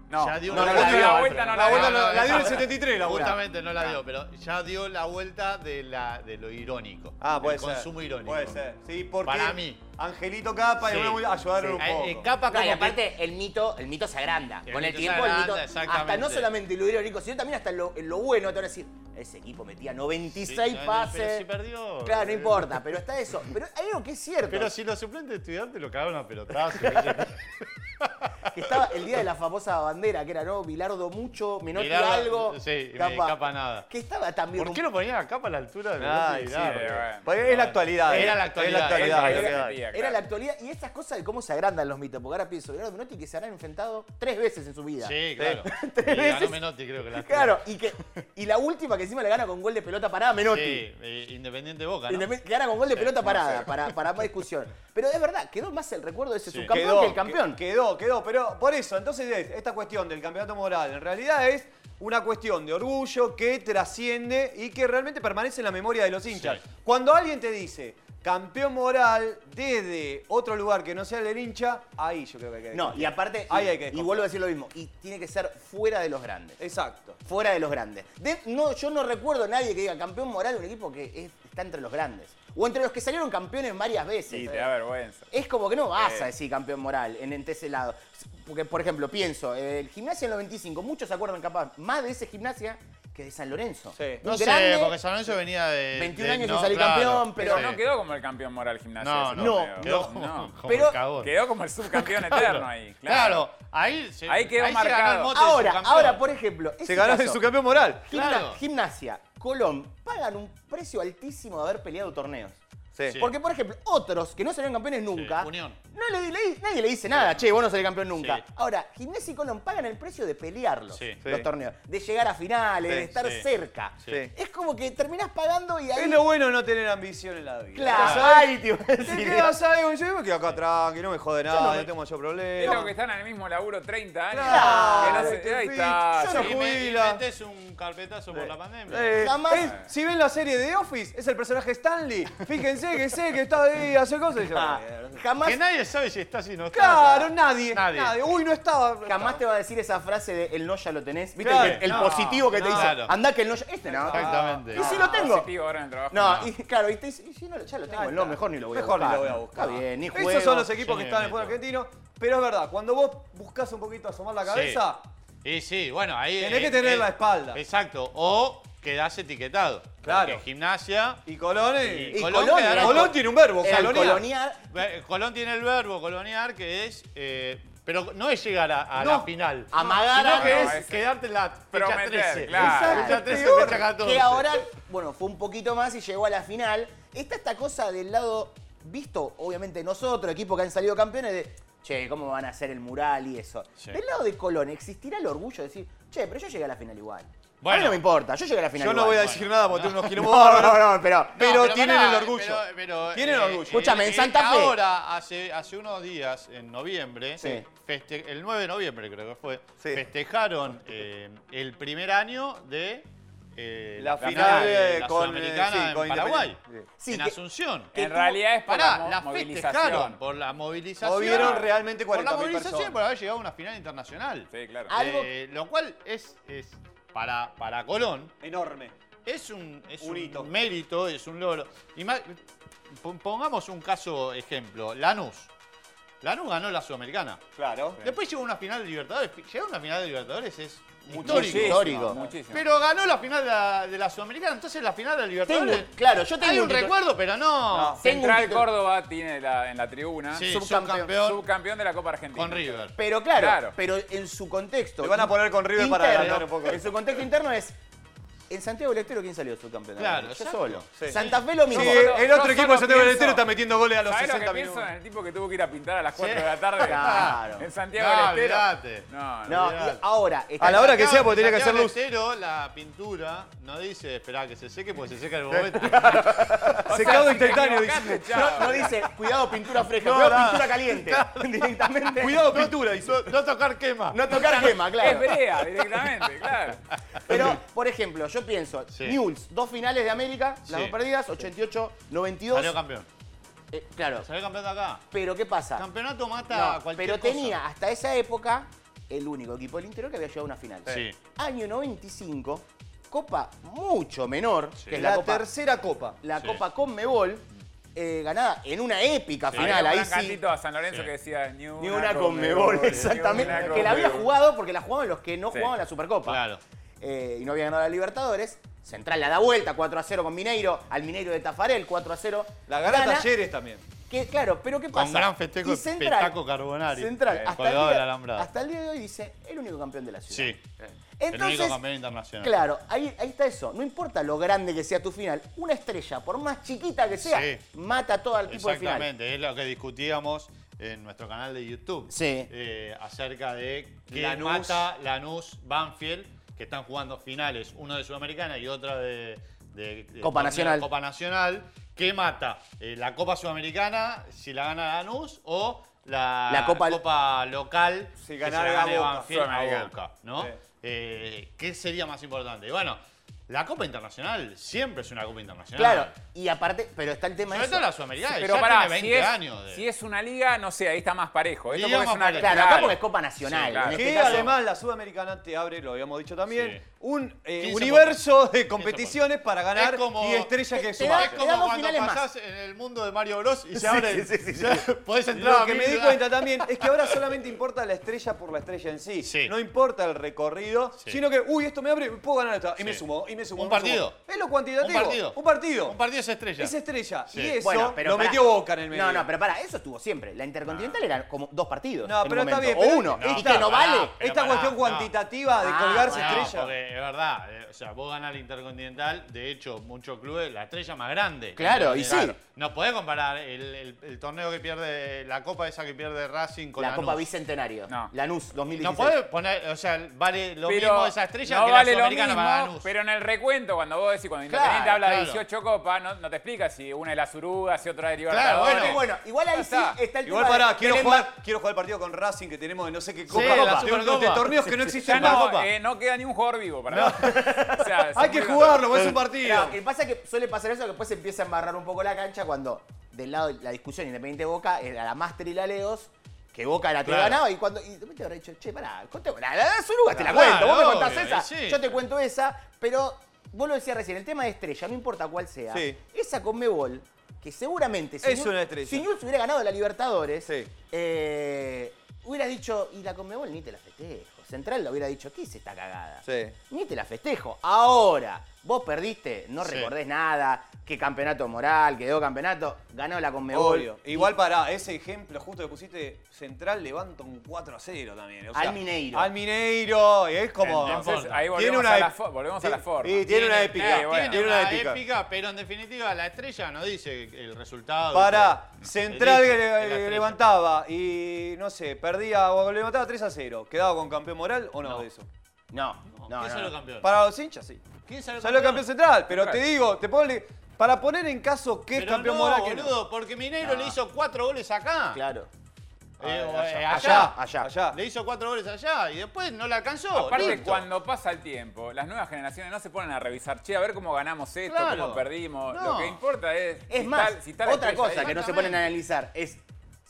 Speaker 3: No,
Speaker 2: ya dio
Speaker 3: no,
Speaker 2: una
Speaker 3: la
Speaker 2: vuelta.
Speaker 3: dio, la vuelta no
Speaker 4: La vuelta
Speaker 3: dio.
Speaker 4: no- la dio en el 73, la vuelta.
Speaker 2: Justamente no la dio, pero ya dio la vuelta de, la, de lo irónico.
Speaker 4: Ah, puede
Speaker 2: el
Speaker 4: ser.
Speaker 2: consumo irónico.
Speaker 4: Puede ser. Sí, porque
Speaker 2: Para mí.
Speaker 4: Angelito Capa
Speaker 2: Sí.
Speaker 4: y Manuel ayudaron
Speaker 2: Eh,
Speaker 4: un
Speaker 2: eh,
Speaker 4: poco.
Speaker 2: Capa
Speaker 1: No, y
Speaker 2: como
Speaker 1: aparte el mito, el mito se agranda.
Speaker 2: El
Speaker 1: Con el
Speaker 2: mito se
Speaker 1: tiempo
Speaker 2: agranda,
Speaker 1: el mito.
Speaker 2: exactamente.
Speaker 1: Hasta no solamente lo irónico, sino también hasta en lo, en lo bueno. Te van a decir, ese equipo metía
Speaker 2: que,
Speaker 1: 96
Speaker 2: Sí, Pero
Speaker 1: pases.
Speaker 2: si perdió.
Speaker 1: claro, no importa, pero está eso. Pero hay algo que es cierto.
Speaker 2: Pero si los suplentes de estudiantes lo cagaron a pelotazo.
Speaker 1: Que estaba el día de la famosa bandera, que era, ¿no? Bilardo mucho, Menotti
Speaker 2: Bilardo,
Speaker 1: algo.
Speaker 2: sí, y Capa nada.
Speaker 1: Que estaba también...
Speaker 2: ¿Por qué lo ponían acá para la altura de
Speaker 4: Ay,
Speaker 2: los
Speaker 4: sí,
Speaker 3: bueno.
Speaker 4: Porque es la actualidad.
Speaker 2: Era la
Speaker 4: eh.
Speaker 2: actualidad,
Speaker 4: Es la
Speaker 2: era la
Speaker 4: actualidad.
Speaker 3: actualidad.
Speaker 1: Era la actualidad y estas cosas de cómo se agrandan los mitos. Porque ahora pienso, Bilardo Menotti que se habrán enfrentado tres veces en su vida.
Speaker 2: Sí, claro.
Speaker 1: Tres
Speaker 2: Y ganó
Speaker 1: veces.
Speaker 2: Menotti, creo que la
Speaker 1: Claro, y, que, y la última que encima le gana con gol de pelota parada a Menotti.
Speaker 2: Sí, eh, Independiente Boca. ¿no?
Speaker 1: Independiente- Que gana con gol de pelota parada, para, para más discusión. Pero es verdad, quedó más el recuerdo de ese
Speaker 2: Sí.
Speaker 1: subcampeón que el campeón.
Speaker 4: que- Quedó, quedó. Pero por eso, entonces es, esta cuestión del campeonato moral en realidad es una cuestión de orgullo que trasciende y que realmente permanece en la memoria de los hinchas.
Speaker 2: Sí.
Speaker 4: Cuando alguien te dice campeón moral desde otro lugar que no sea el del hincha, ahí yo creo que hay que
Speaker 1: no,
Speaker 4: dejar.
Speaker 1: y aparte,
Speaker 4: Ahí
Speaker 1: y-
Speaker 4: hay que
Speaker 1: y
Speaker 4: desconfiar.
Speaker 1: vuelvo a decir lo mismo, y tiene que ser fuera de los grandes.
Speaker 4: Exacto.
Speaker 1: Fuera de los grandes. De- no, yo no recuerdo a nadie que diga campeón moral de un equipo que es- está entre los grandes. O entre los que salieron campeones varias veces.
Speaker 3: Sí, te da vergüenza.
Speaker 1: Es como que no vas a decir campeón moral en, en ese lado. Porque, por ejemplo, pienso, el gimnasia del 95, muchos se acuerdan capaz más de ese gimnasia que de San Lorenzo.
Speaker 4: Sí.
Speaker 1: Un
Speaker 2: No sé,
Speaker 1: grande-
Speaker 2: porque San Lorenzo venía de.
Speaker 1: 21
Speaker 2: de-
Speaker 1: años
Speaker 2: no,
Speaker 1: sin salir campeón,
Speaker 3: Pero
Speaker 1: Sí.
Speaker 3: no quedó como el campeón moral gimnasia.
Speaker 2: No,
Speaker 3: ese
Speaker 2: no,
Speaker 3: torneo.
Speaker 2: quedó
Speaker 3: No,
Speaker 2: como, como
Speaker 1: Pero-
Speaker 2: el cagón.
Speaker 3: Quedó como el subcampeón eterno ahí.
Speaker 2: Claro, ahí se,
Speaker 3: Ahí quedó
Speaker 2: se ganó
Speaker 3: marcado.
Speaker 2: el mote de
Speaker 1: Ahora,
Speaker 2: subcampeón.
Speaker 1: ahora, por ejemplo, ese
Speaker 4: Se ganó
Speaker 1: caso,
Speaker 4: el subcampeón moral.
Speaker 1: gimna-
Speaker 2: Claro.
Speaker 1: Gimnasia, Colón, pagan un precio altísimo de haber peleado torneos.
Speaker 2: Sí.
Speaker 1: Porque, por ejemplo, otros que no salieron campeones nunca,
Speaker 2: Unión.
Speaker 1: No le, le- nadie le dice nada, che, vos no salís campeón nunca.
Speaker 2: Sí.
Speaker 1: Ahora, Gimnasia y Colón pagan el precio de pelearlos,
Speaker 2: Sí.
Speaker 1: los
Speaker 4: Sí.
Speaker 1: torneos, de llegar a finales,
Speaker 4: Sí,
Speaker 1: de estar
Speaker 2: sí.
Speaker 1: cerca.
Speaker 2: Sí.
Speaker 1: Es como que terminás pagando y ahí...
Speaker 4: Es lo bueno de no tener ambición en la vida.
Speaker 1: Claro,
Speaker 4: ¿Sabes?
Speaker 1: ahí te iba a
Speaker 4: Te
Speaker 1: decir.
Speaker 4: quedas ahí, güey, yo me quedo acá tranqui, no me jode nada, no, tengo mayor
Speaker 3: Es
Speaker 4: problema.
Speaker 3: lo que están en el mismo laburo 30 años.
Speaker 1: Claro,
Speaker 3: que no se-
Speaker 4: este
Speaker 3: ahí
Speaker 4: fin,
Speaker 3: está.
Speaker 4: yo
Speaker 3: sí.
Speaker 4: no
Speaker 2: Y me- y
Speaker 4: jubila.
Speaker 2: metés un carpetazo por la pandemia.
Speaker 4: Eh,
Speaker 1: Jamás-
Speaker 4: es- si ven la serie de Office, es el personaje Stanley. Fíjense que sé que está ahí, hace cosas y yo.
Speaker 1: Ah, jamás,
Speaker 2: Que nadie sabe si está, si no está.
Speaker 4: Claro, nadie, nadie.
Speaker 2: Nadie.
Speaker 4: Uy, no estaba. Ah, no
Speaker 1: jamás
Speaker 4: estaba.
Speaker 1: te va a decir esa frase de el no ya lo tenés. ¿Viste?
Speaker 4: Claro.
Speaker 1: el que- el
Speaker 2: No,
Speaker 1: positivo que te
Speaker 2: no.
Speaker 1: dice,
Speaker 2: Claro.
Speaker 1: andá que el no ya... Este no.
Speaker 4: Ah,
Speaker 2: Exactamente.
Speaker 1: Y si lo tengo.
Speaker 3: Positivo ahora en el trabajo.
Speaker 1: No, y claro, y te dice, y si no, ya lo tengo,
Speaker 4: Ahí
Speaker 1: no,
Speaker 4: Ah, está.
Speaker 1: mejor ni lo voy a
Speaker 4: Mejor
Speaker 1: buscar.
Speaker 4: ni lo voy a buscar.
Speaker 1: Está bien, ni juego.
Speaker 4: Esos son los equipos
Speaker 2: Yo
Speaker 4: que
Speaker 2: ni
Speaker 4: están en
Speaker 2: me
Speaker 4: el fútbol
Speaker 2: meto.
Speaker 4: argentino. Pero es verdad, cuando vos buscas un poquito asomar la cabeza,
Speaker 2: Y sí, bueno, ahí.
Speaker 4: Tenés que tener la espalda.
Speaker 2: Exacto. O quedás etiquetado.
Speaker 4: Claro.
Speaker 2: Porque gimnasia.
Speaker 4: y Colón es-
Speaker 2: Y-
Speaker 1: Y
Speaker 2: Colón
Speaker 1: Colón,
Speaker 2: quedará-
Speaker 4: Colón tiene un verbo,
Speaker 1: era el
Speaker 4: colonial.
Speaker 1: colonial.
Speaker 2: eh, Colón tiene el verbo coloniar que es. eh, pero no es llegar a, a
Speaker 4: No.
Speaker 2: la final.
Speaker 1: Amagar
Speaker 2: sino
Speaker 1: a-
Speaker 2: que
Speaker 3: no,
Speaker 2: es,
Speaker 3: es-
Speaker 2: quedarte en la fecha
Speaker 3: Prometer,
Speaker 2: 13.
Speaker 3: claro.
Speaker 2: Fecha 13,
Speaker 4: Peor,
Speaker 2: fecha 14.
Speaker 1: Que ahora, bueno, fue un poquito más y llegó a la final. Está esta cosa del lado, visto obviamente nosotros, equipos que han salido campeones, de, che, ¿cómo van a hacer el mural y eso?
Speaker 2: Sí.
Speaker 1: Del lado de Colón, ¿existirá el orgullo de decir, che, pero yo llegué a la final igual? a mí
Speaker 2: Bueno.
Speaker 1: no me importa, yo llegué a la final
Speaker 4: Yo no
Speaker 1: igual.
Speaker 4: voy a decir nada porque tengo unos
Speaker 1: No,
Speaker 4: quilombos.
Speaker 1: no,
Speaker 4: bárbaros.
Speaker 1: no, no, pero...
Speaker 2: No,
Speaker 4: pero tienen
Speaker 2: pará,
Speaker 4: el orgullo.
Speaker 2: pero- pero,
Speaker 4: Tienen el orgullo.
Speaker 1: Escúchame, en
Speaker 2: eh,
Speaker 1: Santa Fe.
Speaker 2: Ahora, hace, hace unos días, en noviembre,
Speaker 1: Sí.
Speaker 2: feste- el 9 de noviembre creo que fue,
Speaker 4: Sí.
Speaker 2: festejaron eh, el primer año de eh,
Speaker 4: La final
Speaker 2: de
Speaker 4: eh,
Speaker 2: la
Speaker 4: con, eh,
Speaker 2: Sudamericana
Speaker 4: sí, con
Speaker 2: en Paraguay,
Speaker 4: Independiente.
Speaker 1: Sí.
Speaker 2: en
Speaker 1: Sí, que-
Speaker 2: Asunción.
Speaker 1: que
Speaker 3: en
Speaker 1: tuvo-
Speaker 3: realidad es por
Speaker 2: Pará,
Speaker 3: la, mo-
Speaker 2: la festejaron
Speaker 3: movilización.
Speaker 2: por la movilización.
Speaker 4: O vieron realmente
Speaker 2: Por la
Speaker 4: 40.000
Speaker 2: movilización
Speaker 4: personas.
Speaker 2: por haber llegado a una final internacional.
Speaker 3: Sí, claro.
Speaker 1: Ah, Algo-
Speaker 2: Eh, lo cual es, es para, para Colón,
Speaker 4: Enorme.
Speaker 2: es un, es
Speaker 4: Un
Speaker 2: un
Speaker 4: hito.
Speaker 2: mérito, es un logro. Y ma- pon- pongamos un caso ejemplo, Lanús. Lanús ganó la Sudamericana.
Speaker 4: Claro.
Speaker 2: Después llegó a una final de Libertadores. Llegar a una final de Libertadores es
Speaker 1: Muchísimo,
Speaker 2: histórico.
Speaker 1: histórico.
Speaker 3: Muchísimo.
Speaker 2: Pero ganó la final de la, de la Sudamericana, entonces la final de
Speaker 1: Tengo,
Speaker 2: Libertadores.
Speaker 1: claro, yo tengo
Speaker 2: Hay un
Speaker 1: titular-
Speaker 2: recuerdo, pero no.
Speaker 4: No.
Speaker 1: Tengo un
Speaker 3: Central
Speaker 1: título.
Speaker 3: Córdoba tiene la- en la tribuna.
Speaker 2: Sí,
Speaker 1: Subcampeón.
Speaker 2: subcampeón
Speaker 3: Subcampeón de la Copa Argentina.
Speaker 2: con River.
Speaker 1: Pero claro,
Speaker 3: Claro.
Speaker 1: pero en su contexto.
Speaker 4: Te van a poner con River para
Speaker 1: interno,
Speaker 4: agrandar un poco.
Speaker 1: En su contexto interno es. En Santiago del Estero, ¿quién salió subcampeón?
Speaker 2: Claro,
Speaker 1: Yo
Speaker 2: exacto.
Speaker 1: solo.
Speaker 4: Sí.
Speaker 1: Santa Fe lo
Speaker 4: Sí,
Speaker 1: mismo.
Speaker 4: Eh, el
Speaker 3: Yo
Speaker 4: otro equipo de
Speaker 3: solo
Speaker 4: Santiago del
Speaker 3: pienso-
Speaker 4: Estero está metiendo goles a los
Speaker 3: ¿Sabés lo
Speaker 4: 60
Speaker 3: que
Speaker 4: minutos.
Speaker 3: pienso en el tipo que tuvo que ir a pintar a las 4 de la tarde?
Speaker 1: Claro.
Speaker 3: En Santiago
Speaker 2: No,
Speaker 3: del Estero.
Speaker 2: olvidate.
Speaker 3: No, no.
Speaker 1: No,
Speaker 2: Real.
Speaker 1: y ahora. está-
Speaker 4: A la hora que sea,
Speaker 2: Santiago-
Speaker 4: porque tenía que hacer
Speaker 2: Santiago
Speaker 4: luz.
Speaker 2: del Estero, la pintura no dice, esperá que se seque, porque se seca el momento.
Speaker 4: Se quedó
Speaker 3: si
Speaker 4: instantáneo,
Speaker 3: te
Speaker 4: dice.
Speaker 3: equivocaste,
Speaker 1: No,
Speaker 3: chao.
Speaker 1: no dice, cuidado pintura fresca,
Speaker 4: No,
Speaker 1: cuidado
Speaker 4: nada.
Speaker 1: pintura caliente. Directamente.
Speaker 4: Cuidado, pintura, dice.
Speaker 2: no, no tocar quema.
Speaker 1: No tocar quema,
Speaker 3: Es
Speaker 1: claro.
Speaker 3: brea directamente, claro.
Speaker 1: Pero, por ejemplo, yo pienso,
Speaker 2: Sí.
Speaker 1: Newell's, dos finales de América, las
Speaker 2: Sí.
Speaker 1: dos perdidas, 88, 92.
Speaker 2: Salió campeón.
Speaker 1: Eh, claro.
Speaker 2: Salió campeón de acá.
Speaker 1: Pero, ¿qué pasa?
Speaker 2: Campeonato mata
Speaker 1: No,
Speaker 2: cualquier
Speaker 1: pero
Speaker 2: cosa.
Speaker 1: tenía hasta esa época el único equipo del interior que había llegado a una final.
Speaker 2: Sí.
Speaker 1: Año 95, copa mucho menor,
Speaker 2: Sí.
Speaker 1: que es la,
Speaker 4: La
Speaker 1: copa,
Speaker 4: tercera copa.
Speaker 1: la
Speaker 2: Sí.
Speaker 1: copa Conmebol, eh, ganada en una épica
Speaker 2: Sí.
Speaker 1: final.
Speaker 3: Había
Speaker 1: Ahí
Speaker 3: un
Speaker 1: sí.
Speaker 3: cantito a San Lorenzo
Speaker 2: Sí.
Speaker 3: que decía ni una,
Speaker 1: Ni una
Speaker 3: Conmebol,
Speaker 1: Conmebol,
Speaker 3: ni
Speaker 1: exactamente.
Speaker 3: una
Speaker 1: Que la había
Speaker 3: Conmebol.
Speaker 1: jugado porque la jugaban los que no
Speaker 3: Sí.
Speaker 1: jugaban la Supercopa.
Speaker 2: Claro.
Speaker 1: Eh, y no había ganado la Libertadores. Central la da vuelta, 4 a 0 con Mineiro, al Mineiro de Tafarel, 4 a 0.
Speaker 4: La gana
Speaker 1: Gana,
Speaker 4: Talleres también.
Speaker 1: que, claro, pero ¿qué
Speaker 2: Con
Speaker 1: pasa?
Speaker 2: gran festejo
Speaker 1: Y
Speaker 2: de Petaco Carbonari,
Speaker 1: Central,
Speaker 2: eh,
Speaker 1: hasta el,
Speaker 2: colgado de la
Speaker 1: día,
Speaker 2: alambrada.
Speaker 1: hasta el día de hoy dice, el único campeón de la ciudad.
Speaker 2: Sí. el
Speaker 1: Entonces,
Speaker 2: único campeón internacional.
Speaker 1: Claro, ahí, ahí está eso. No importa lo grande que sea tu final, una estrella, por más chiquita que sea,
Speaker 2: Sí.
Speaker 1: mata a todo el tipo de final.
Speaker 2: Exactamente, es lo que discutíamos en nuestro canal de YouTube.
Speaker 1: Sí.
Speaker 2: Eh, acerca de que
Speaker 4: Lanús.
Speaker 2: mata Lanús, Banfield, que están jugando finales, una de Sudamericana y otra de, de- de
Speaker 1: Copa
Speaker 2: torneo-
Speaker 1: Nacional.
Speaker 2: Copa Nacional. ¿Qué mata? Eh, la Copa Sudamericana, si la gana Lanús, o la,
Speaker 1: La Copa-
Speaker 2: local,
Speaker 4: Si
Speaker 2: que
Speaker 4: ganara
Speaker 2: se la gane
Speaker 4: Boca.
Speaker 2: Banfield a
Speaker 3: Sudamericana.
Speaker 2: Boca, ¿no?
Speaker 4: Sí.
Speaker 2: Eh, ¿Qué sería más importante? Bueno, la Copa Internacional siempre es una Copa Internacional.
Speaker 1: Claro, y aparte, pero está el tema
Speaker 2: Sobre
Speaker 1: eso.
Speaker 2: todo la Sudamericana, que
Speaker 3: Pero
Speaker 2: ya
Speaker 3: pará,
Speaker 2: tiene 20
Speaker 3: si es,
Speaker 2: años. de-
Speaker 3: si es una liga, no sé, ahí está más parejo. Esto
Speaker 2: Liga
Speaker 3: porque
Speaker 2: más
Speaker 3: es una
Speaker 2: pareja.
Speaker 1: Claro, acá
Speaker 3: claro.
Speaker 1: porque es Copa Nacional.
Speaker 3: Sí, claro.
Speaker 1: En este
Speaker 4: Que
Speaker 1: caso,
Speaker 4: además la Sudamericana te abre, lo habíamos dicho también,
Speaker 2: Sí.
Speaker 4: un eh,
Speaker 2: 15
Speaker 4: universo de
Speaker 2: 15
Speaker 4: competiciones para ganar
Speaker 2: Es como-
Speaker 4: y estrellas que
Speaker 1: te- te da-
Speaker 2: Es
Speaker 4: suman.
Speaker 1: te
Speaker 2: como
Speaker 1: dos
Speaker 2: cuando
Speaker 1: finales más.
Speaker 2: pasás en el mundo de Mario Bros y se abre. Podés entrar
Speaker 4: Lo
Speaker 2: a
Speaker 4: que
Speaker 2: mil
Speaker 4: me di
Speaker 2: lugares.
Speaker 4: cuenta también es que ahora solamente importa la estrella por la estrella en sí.
Speaker 2: Sí.
Speaker 4: No importa el recorrido,
Speaker 2: Sí.
Speaker 4: sino que, uy, esto me abre, puedo ganar esto. Y me
Speaker 2: Sí.
Speaker 4: sumo, y Jiménez
Speaker 2: Un
Speaker 4: un
Speaker 2: partido.
Speaker 4: Es lo cuantitativo.
Speaker 2: Un partido.
Speaker 4: Un partido.
Speaker 2: Un partido es estrella.
Speaker 4: Es estrella.
Speaker 2: Sí.
Speaker 4: Y eso
Speaker 1: Bueno, pero
Speaker 4: lo
Speaker 1: pará.
Speaker 4: metió Boca en el medio.
Speaker 1: No, no, pero para, eso estuvo siempre. La Intercontinental era como dos partidos.
Speaker 4: No,
Speaker 1: en
Speaker 4: pero
Speaker 1: un
Speaker 4: está
Speaker 1: momento,
Speaker 4: bien,
Speaker 1: O
Speaker 4: pero-
Speaker 1: uno.
Speaker 4: No,
Speaker 1: y que no
Speaker 2: pará.
Speaker 1: vale.
Speaker 2: Pero
Speaker 4: Esta
Speaker 2: pará,
Speaker 4: cuestión
Speaker 2: no.
Speaker 4: cuantitativa de
Speaker 1: Ah,
Speaker 4: colgarse
Speaker 1: bueno,
Speaker 4: estrella.
Speaker 2: porque es verdad, eh, o sea, vos ganás el Intercontinental, de hecho, muchos clubes, la estrella más grande.
Speaker 1: Claro, y sí.
Speaker 2: Claro. No podés comparar el, el- el torneo que pierde, la copa esa que pierde Racing con
Speaker 1: la
Speaker 2: Lanús.
Speaker 1: Copa Bicentenario.
Speaker 3: No.
Speaker 1: Lanús 2016.
Speaker 2: No podés poner, o sea, vale lo
Speaker 3: Pero
Speaker 2: mismo esa estrella
Speaker 3: no
Speaker 2: que
Speaker 3: vale
Speaker 2: la
Speaker 3: lo
Speaker 2: sudamericana para
Speaker 3: mismo,
Speaker 2: Lanús.
Speaker 3: pero en el recuento, cuando vos decís, cuando Independiente
Speaker 1: Claro,
Speaker 3: habla de
Speaker 2: claro.
Speaker 3: 18 copas, no, no te explica si una es la Suruga, si otra es
Speaker 2: Claro,
Speaker 3: Libertadores.
Speaker 1: Pero bueno, igual ahí
Speaker 3: Ya
Speaker 1: sí
Speaker 3: está.
Speaker 1: está el
Speaker 4: Igual
Speaker 1: tema de-
Speaker 4: pará, quiero
Speaker 1: del
Speaker 4: jugar, quiero jugar el partido con Racing que tenemos de no sé qué copa.
Speaker 2: la
Speaker 4: de un-
Speaker 2: Supercopa.
Speaker 4: de torneos que no
Speaker 3: Ya
Speaker 4: existen más.
Speaker 3: no, eh, no queda ni un jugador vivo para mí. O sea,
Speaker 4: Hay
Speaker 3: son
Speaker 4: que
Speaker 3: muy
Speaker 4: jugarlo, es un
Speaker 1: Claro,
Speaker 4: partido.
Speaker 1: lo que pasa es que suele pasar eso, que después se empieza a embarrar un poco la cancha cuando del lado de la discusión Independiente Boca era la Master y la Leos, que Boca la te
Speaker 2: Claro.
Speaker 1: ganaba y cuando. Y de repente habrá dicho, che, pará, contemos- la, la, de Zuluga te la
Speaker 2: Claro,
Speaker 1: cuento, vos me
Speaker 2: obvio,
Speaker 1: contás esa,
Speaker 2: sí.
Speaker 1: yo te cuento esa, pero vos lo decías recién, el tema de estrella, no importa cuál sea,
Speaker 4: Sí.
Speaker 1: esa Conmebol, que seguramente si
Speaker 4: Es
Speaker 1: Newell's-
Speaker 4: una estrella.
Speaker 1: si Newell's hubiera ganado la Libertadores,
Speaker 4: Sí.
Speaker 1: eh, hubiera dicho, y la Conmebol ni te la festejo. Central lo hubiera dicho, ¿qué es esta cagada?
Speaker 4: Sí.
Speaker 1: Ni te la festejo. Ahora, vos perdiste, no
Speaker 2: Sí.
Speaker 1: recordés nada, qué campeonato moral, quedó campeonato, ganó la Conmebol.
Speaker 4: Obvio. Igual pará, ese ejemplo justo que pusiste, Central levanta un 4 a 0 también. o sea,
Speaker 1: Al Mineiro.
Speaker 4: Al Mineiro, y es como.
Speaker 3: Entonces, ahí volvemos,
Speaker 4: Tiene una
Speaker 3: a,
Speaker 4: ep-
Speaker 3: la fo- volvemos a la
Speaker 4: Sí,
Speaker 3: forma.
Speaker 4: y tiene una épica.
Speaker 3: eh, bueno.
Speaker 2: Tiene
Speaker 4: Tiene
Speaker 2: una,
Speaker 4: una
Speaker 2: épica.
Speaker 4: épica.
Speaker 2: pero en definitiva la estrella no dice el resultado.
Speaker 4: Pará,
Speaker 2: dice-
Speaker 4: Central
Speaker 2: dice
Speaker 4: que
Speaker 2: la estrella.
Speaker 4: le- levantaba y no sé, perdía o le levantaba 3 a 0. ¿Quedaba con campeón moral o no,
Speaker 2: No.
Speaker 4: de eso?
Speaker 1: No, no,
Speaker 2: No,
Speaker 1: no.
Speaker 2: ¿Quién salió
Speaker 1: no.
Speaker 2: campeón?
Speaker 4: Para los hinchas, sí.
Speaker 2: ¿Quién salió
Speaker 4: Salió campeón central, pero
Speaker 3: Central.
Speaker 4: te digo, te ponle. Para poner en caso que es
Speaker 2: Pero
Speaker 4: campeón
Speaker 2: no,
Speaker 4: moral, que no.
Speaker 2: boludo, porque Mineiro le hizo cuatro goles acá.
Speaker 1: Ah, Claro.
Speaker 2: Eh, o, eh,
Speaker 1: Allá,
Speaker 2: allá.
Speaker 1: allá.
Speaker 4: allá.
Speaker 2: Le hizo cuatro goles allá y después no la alcanzó.
Speaker 3: Aparte,
Speaker 2: listo.
Speaker 3: cuando pasa el tiempo, las nuevas generaciones no se ponen a revisar, che, a ver cómo ganamos esto,
Speaker 2: Claro.
Speaker 3: cómo perdimos.
Speaker 2: No.
Speaker 3: Lo que importa es.
Speaker 1: Es
Speaker 3: si
Speaker 1: más,
Speaker 3: tal- si tal
Speaker 1: otra
Speaker 3: estrella
Speaker 1: cosa
Speaker 3: es-
Speaker 1: que no se
Speaker 2: Exactamente.
Speaker 1: ponen a analizar es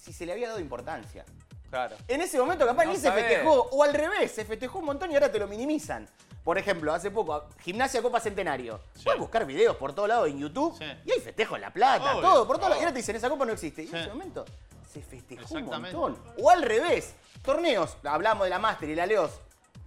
Speaker 1: si se le había dado importancia.
Speaker 4: Claro.
Speaker 1: En ese momento capaz
Speaker 3: No
Speaker 1: ni
Speaker 3: sabés.
Speaker 1: se festejó, o al revés, se festejó un montón y ahora te lo minimizan. Por ejemplo, hace poco, Gimnasia Copa Centenario. Voy a buscar videos por todos lados en YouTube
Speaker 2: Sí.
Speaker 1: y hay festejo en La Plata,
Speaker 2: Obvio,
Speaker 1: todo, por todos lados. Y
Speaker 2: obvio.
Speaker 1: ahora te dicen, esa copa no existe. Y
Speaker 2: Sí.
Speaker 1: en ese momento se festejó un
Speaker 2: Exactamente.
Speaker 1: montón. O al revés, torneos, hablamos de la Master y la Leos,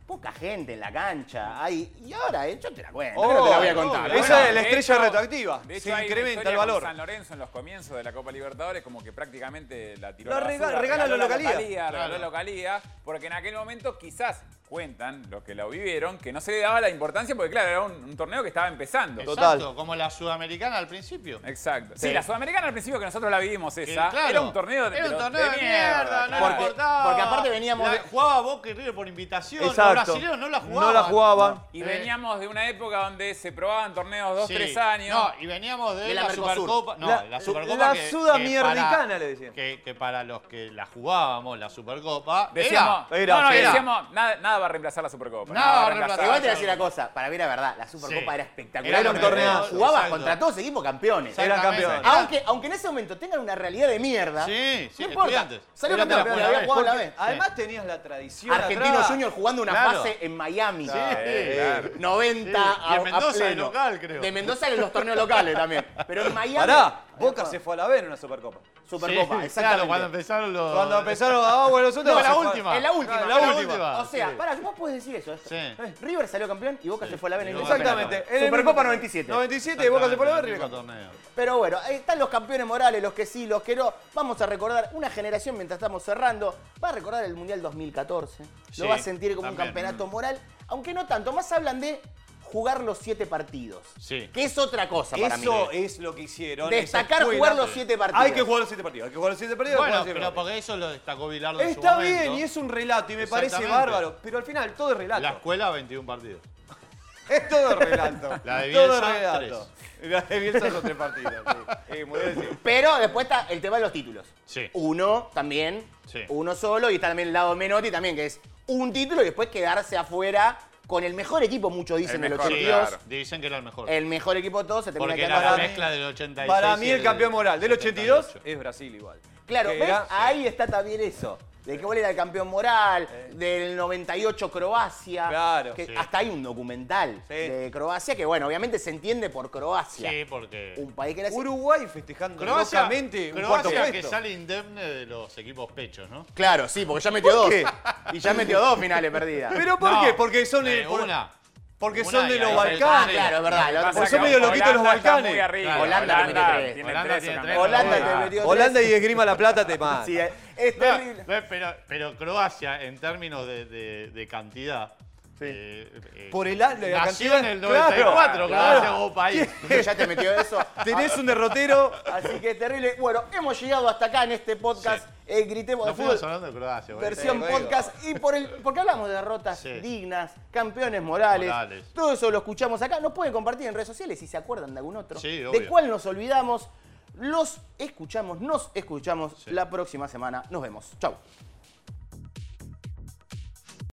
Speaker 1: poca gente en la cancha. Hay, y ahora, eh, yo te la cuento, yo no te la voy a
Speaker 4: Obvio,
Speaker 1: contar.
Speaker 4: obvio.
Speaker 1: Ahora-
Speaker 4: Esa es la
Speaker 3: de
Speaker 4: estrella
Speaker 3: hecho-
Speaker 4: retroactiva.
Speaker 3: de hecho,
Speaker 4: Se
Speaker 3: hay una
Speaker 4: incrementa
Speaker 3: historia
Speaker 4: el
Speaker 3: con
Speaker 4: valor.
Speaker 3: San Lorenzo en los comienzos de la Copa Libertadores, como que prácticamente la tiró.
Speaker 4: La
Speaker 3: a la
Speaker 4: rega-
Speaker 3: basura,
Speaker 4: regala
Speaker 3: regaló
Speaker 4: la
Speaker 3: la
Speaker 4: localía.
Speaker 3: localía. regaló
Speaker 2: Claro.
Speaker 3: la localía, porque en aquel momento quizás cuentan los que lo vivieron que no se le daba la importancia porque, claro, era un, un torneo que estaba empezando.
Speaker 2: Exacto,
Speaker 4: Total.
Speaker 2: como la sudamericana al principio.
Speaker 3: Exacto. Sí,
Speaker 1: Sí.
Speaker 3: la Sudamericana al principio que nosotros la vivimos
Speaker 2: Que,
Speaker 3: esa.
Speaker 2: claro,
Speaker 3: era un torneo de,
Speaker 2: era un
Speaker 3: pero
Speaker 2: torneo de, mierda, no le
Speaker 1: Porque-
Speaker 2: importaba.
Speaker 1: porque aparte veníamos
Speaker 2: La-
Speaker 1: de-
Speaker 2: Jugaba Boca y River por invitación. Los brasileños no la jugaban.
Speaker 4: No la jugaban.
Speaker 3: Y
Speaker 2: Eh.
Speaker 3: veníamos de una época donde se probaban torneos dos,
Speaker 2: Sí.
Speaker 3: tres años.
Speaker 2: No, y veníamos de,
Speaker 1: De la
Speaker 2: la,
Speaker 1: Mercosur.
Speaker 2: Supercopa. No,
Speaker 4: La-
Speaker 2: la, Supercopa.
Speaker 4: la
Speaker 2: que- que
Speaker 4: sudamericana,
Speaker 2: para-
Speaker 4: le decían.
Speaker 2: Que, que para los que la jugábamos, la Supercopa.
Speaker 3: Decíamos,
Speaker 2: era-
Speaker 4: era,
Speaker 3: no, no,
Speaker 4: era.
Speaker 3: decíamos, nada, nada va a reemplazar la Supercopa.
Speaker 2: Nada va a reemplazar.
Speaker 1: Igual te voy a decir una cosa, para mí la verdad, la Supercopa
Speaker 2: Sí.
Speaker 1: era
Speaker 2: Era
Speaker 1: espectacular.
Speaker 4: un torneazo.
Speaker 1: Jugabas
Speaker 2: Exacto.
Speaker 1: contra todos equipos campeones.
Speaker 4: Eran campeones.
Speaker 2: Era-
Speaker 1: Aunque, aunque en ese momento tengan una realidad de mierda.
Speaker 2: Sí, sí,
Speaker 1: no importa.
Speaker 2: estudiantes.
Speaker 1: Salió
Speaker 2: Era
Speaker 1: campeón,
Speaker 2: de la
Speaker 1: pero había
Speaker 2: primera
Speaker 1: jugado la
Speaker 4: Porque
Speaker 1: vez.
Speaker 4: Además tenías la tradición.
Speaker 1: Argentino
Speaker 4: atrás.
Speaker 1: Junior jugando una
Speaker 2: Claro.
Speaker 1: fase en Miami.
Speaker 2: Sí,
Speaker 3: claro.
Speaker 1: 90
Speaker 2: Sí, y en
Speaker 1: a- a
Speaker 2: Mendoza de
Speaker 1: pleno.
Speaker 2: local, creo.
Speaker 1: De Mendoza en los torneos locales también. Pero en Miami.
Speaker 4: Pará, Boca se fue a la B en una Supercopa.
Speaker 1: Supercopa,
Speaker 2: Sí,
Speaker 1: exactamente.
Speaker 2: Claro, cuando empezaron los.
Speaker 4: Cuando empezaron a Boca los
Speaker 2: No,
Speaker 4: otros.
Speaker 2: la última.
Speaker 1: en la última.
Speaker 2: La
Speaker 1: en
Speaker 2: última,
Speaker 1: O sea,
Speaker 2: sí.
Speaker 1: pará, vos podés decir eso. esto.
Speaker 2: Sí.
Speaker 1: Eh, River salió campeón y Boca se fue a la vena.
Speaker 4: Exactamente. En el
Speaker 1: Supercopa
Speaker 4: mismo-
Speaker 1: 97.
Speaker 4: 97 y Boca se fue a la B.
Speaker 2: Exactamente,
Speaker 4: River
Speaker 2: el
Speaker 4: campeón.
Speaker 2: mismo torneo.
Speaker 1: Pero bueno, ahí están los campeones morales, los que sí, los que no. Vamos a recordar una generación mientras estamos cerrando. Va a recordar el Mundial 2014.
Speaker 2: Sí,
Speaker 1: Lo va a sentir como un
Speaker 2: también.
Speaker 1: campeonato moral, aunque no tanto. Más hablan de jugar los siete partidos.
Speaker 2: Sí.
Speaker 1: Que es otra cosa para mí.
Speaker 4: Eso es lo que hicieron.
Speaker 1: Destacar
Speaker 4: esa escuela.
Speaker 1: jugar los siete partidos.
Speaker 4: Hay que jugar los siete partidos. Hay que jugar los siete partidos.
Speaker 2: Bueno,
Speaker 4: jugar los siete
Speaker 2: pero
Speaker 4: partidos.
Speaker 2: porque eso lo destacó Bilardo en su
Speaker 4: Está
Speaker 2: momento.
Speaker 4: bien, y es un relato, y me parece
Speaker 2: Exactamente.
Speaker 4: bárbaro. Pero al final todo es relato.
Speaker 2: La escuela, 21 partidos.
Speaker 4: Es todo relato.
Speaker 2: La de
Speaker 4: todo
Speaker 2: Bielsa,
Speaker 4: relato. La de Bielsa son tres partidos. sí. Eh, muy bien, sí.
Speaker 1: Pero después está el tema de los títulos.
Speaker 2: Sí.
Speaker 1: Uno también,
Speaker 2: Sí.
Speaker 1: uno solo, y está también el lado Menotti también, que es un título y después quedarse afuera con el mejor equipo, muchos dicen, del
Speaker 3: mejor,
Speaker 1: 82.
Speaker 3: claro.
Speaker 2: Dicen que era el mejor.
Speaker 1: El mejor equipo de todos se termina
Speaker 2: porque
Speaker 1: quedando
Speaker 2: era la
Speaker 1: afuera.
Speaker 2: mezcla del 86.
Speaker 4: Para
Speaker 2: y
Speaker 4: mí el
Speaker 2: del
Speaker 4: campeón moral del 82
Speaker 2: 78.
Speaker 4: es Brasil igual.
Speaker 1: Claro,
Speaker 4: Que
Speaker 1: ¿ves?
Speaker 4: era-
Speaker 1: ahí está también eso. De que vos era el campeón moral, del 98 Croacia.
Speaker 4: Eh. Claro.
Speaker 1: que
Speaker 2: Sí.
Speaker 1: Hasta hay un documental
Speaker 4: Sí.
Speaker 1: de Croacia que, bueno, obviamente se entiende por Croacia.
Speaker 2: Sí, porque.
Speaker 1: Un país que era así.
Speaker 4: Uruguay festejando
Speaker 2: Croacia,
Speaker 4: locamente un cuarto
Speaker 2: Croacia que
Speaker 4: puesto.
Speaker 2: sale indemne de los equipos pechos, ¿no?
Speaker 1: Claro, sí, porque ya metió dos.
Speaker 4: qué?
Speaker 1: Y ya metió dos finales perdidas.
Speaker 4: ¿Pero por
Speaker 2: No,
Speaker 4: qué? Porque son...
Speaker 2: eh,
Speaker 4: el- por-
Speaker 2: una.
Speaker 4: Porque
Speaker 2: Una
Speaker 4: son de
Speaker 2: y
Speaker 4: los
Speaker 2: ahí
Speaker 1: Ah,
Speaker 2: sale
Speaker 4: Balcanes.
Speaker 2: el
Speaker 1: claro, es verdad. la otra-
Speaker 4: Porque son medio loquitos los Balcanes.
Speaker 1: Holanda tiene
Speaker 2: Claro, Holanda tiene tres.
Speaker 1: Holanda
Speaker 2: Holanda.
Speaker 1: te metió
Speaker 4: Holanda
Speaker 1: tres.
Speaker 4: y Esgrima La Plata te matan.
Speaker 1: Sí, es- es
Speaker 2: No,
Speaker 1: terrible.
Speaker 2: no, pero, pero Croacia, en términos de, de- de cantidad. eh, eh,
Speaker 4: Por el a- la
Speaker 2: nació
Speaker 4: cantidad-
Speaker 2: en el
Speaker 4: claro,
Speaker 2: 94, Croacia
Speaker 4: claro.
Speaker 2: como país.
Speaker 1: Que ya te metió eso.
Speaker 4: Tenés un derrotero.
Speaker 1: Así que es terrible. Bueno, hemos llegado hasta acá en este podcast.
Speaker 2: Sí.
Speaker 1: eh, gritemos de
Speaker 2: No fuimos
Speaker 1: fútbol.
Speaker 2: hablando de Croacia. boludo.
Speaker 1: Versión
Speaker 4: Sí, bueno.
Speaker 1: podcast. Y por el, porque hablamos de derrotas
Speaker 2: ¿eh? Sí.
Speaker 1: dignas, campeones morales,
Speaker 2: Morales.
Speaker 1: Todo eso lo escuchamos acá. Nos pueden compartir en redes sociales si se acuerdan de algún otro.
Speaker 2: Sí, obvio.
Speaker 1: de cuál nos olvidamos. Los escuchamos, nos escuchamos la próxima semana. Nos vemos. Chau.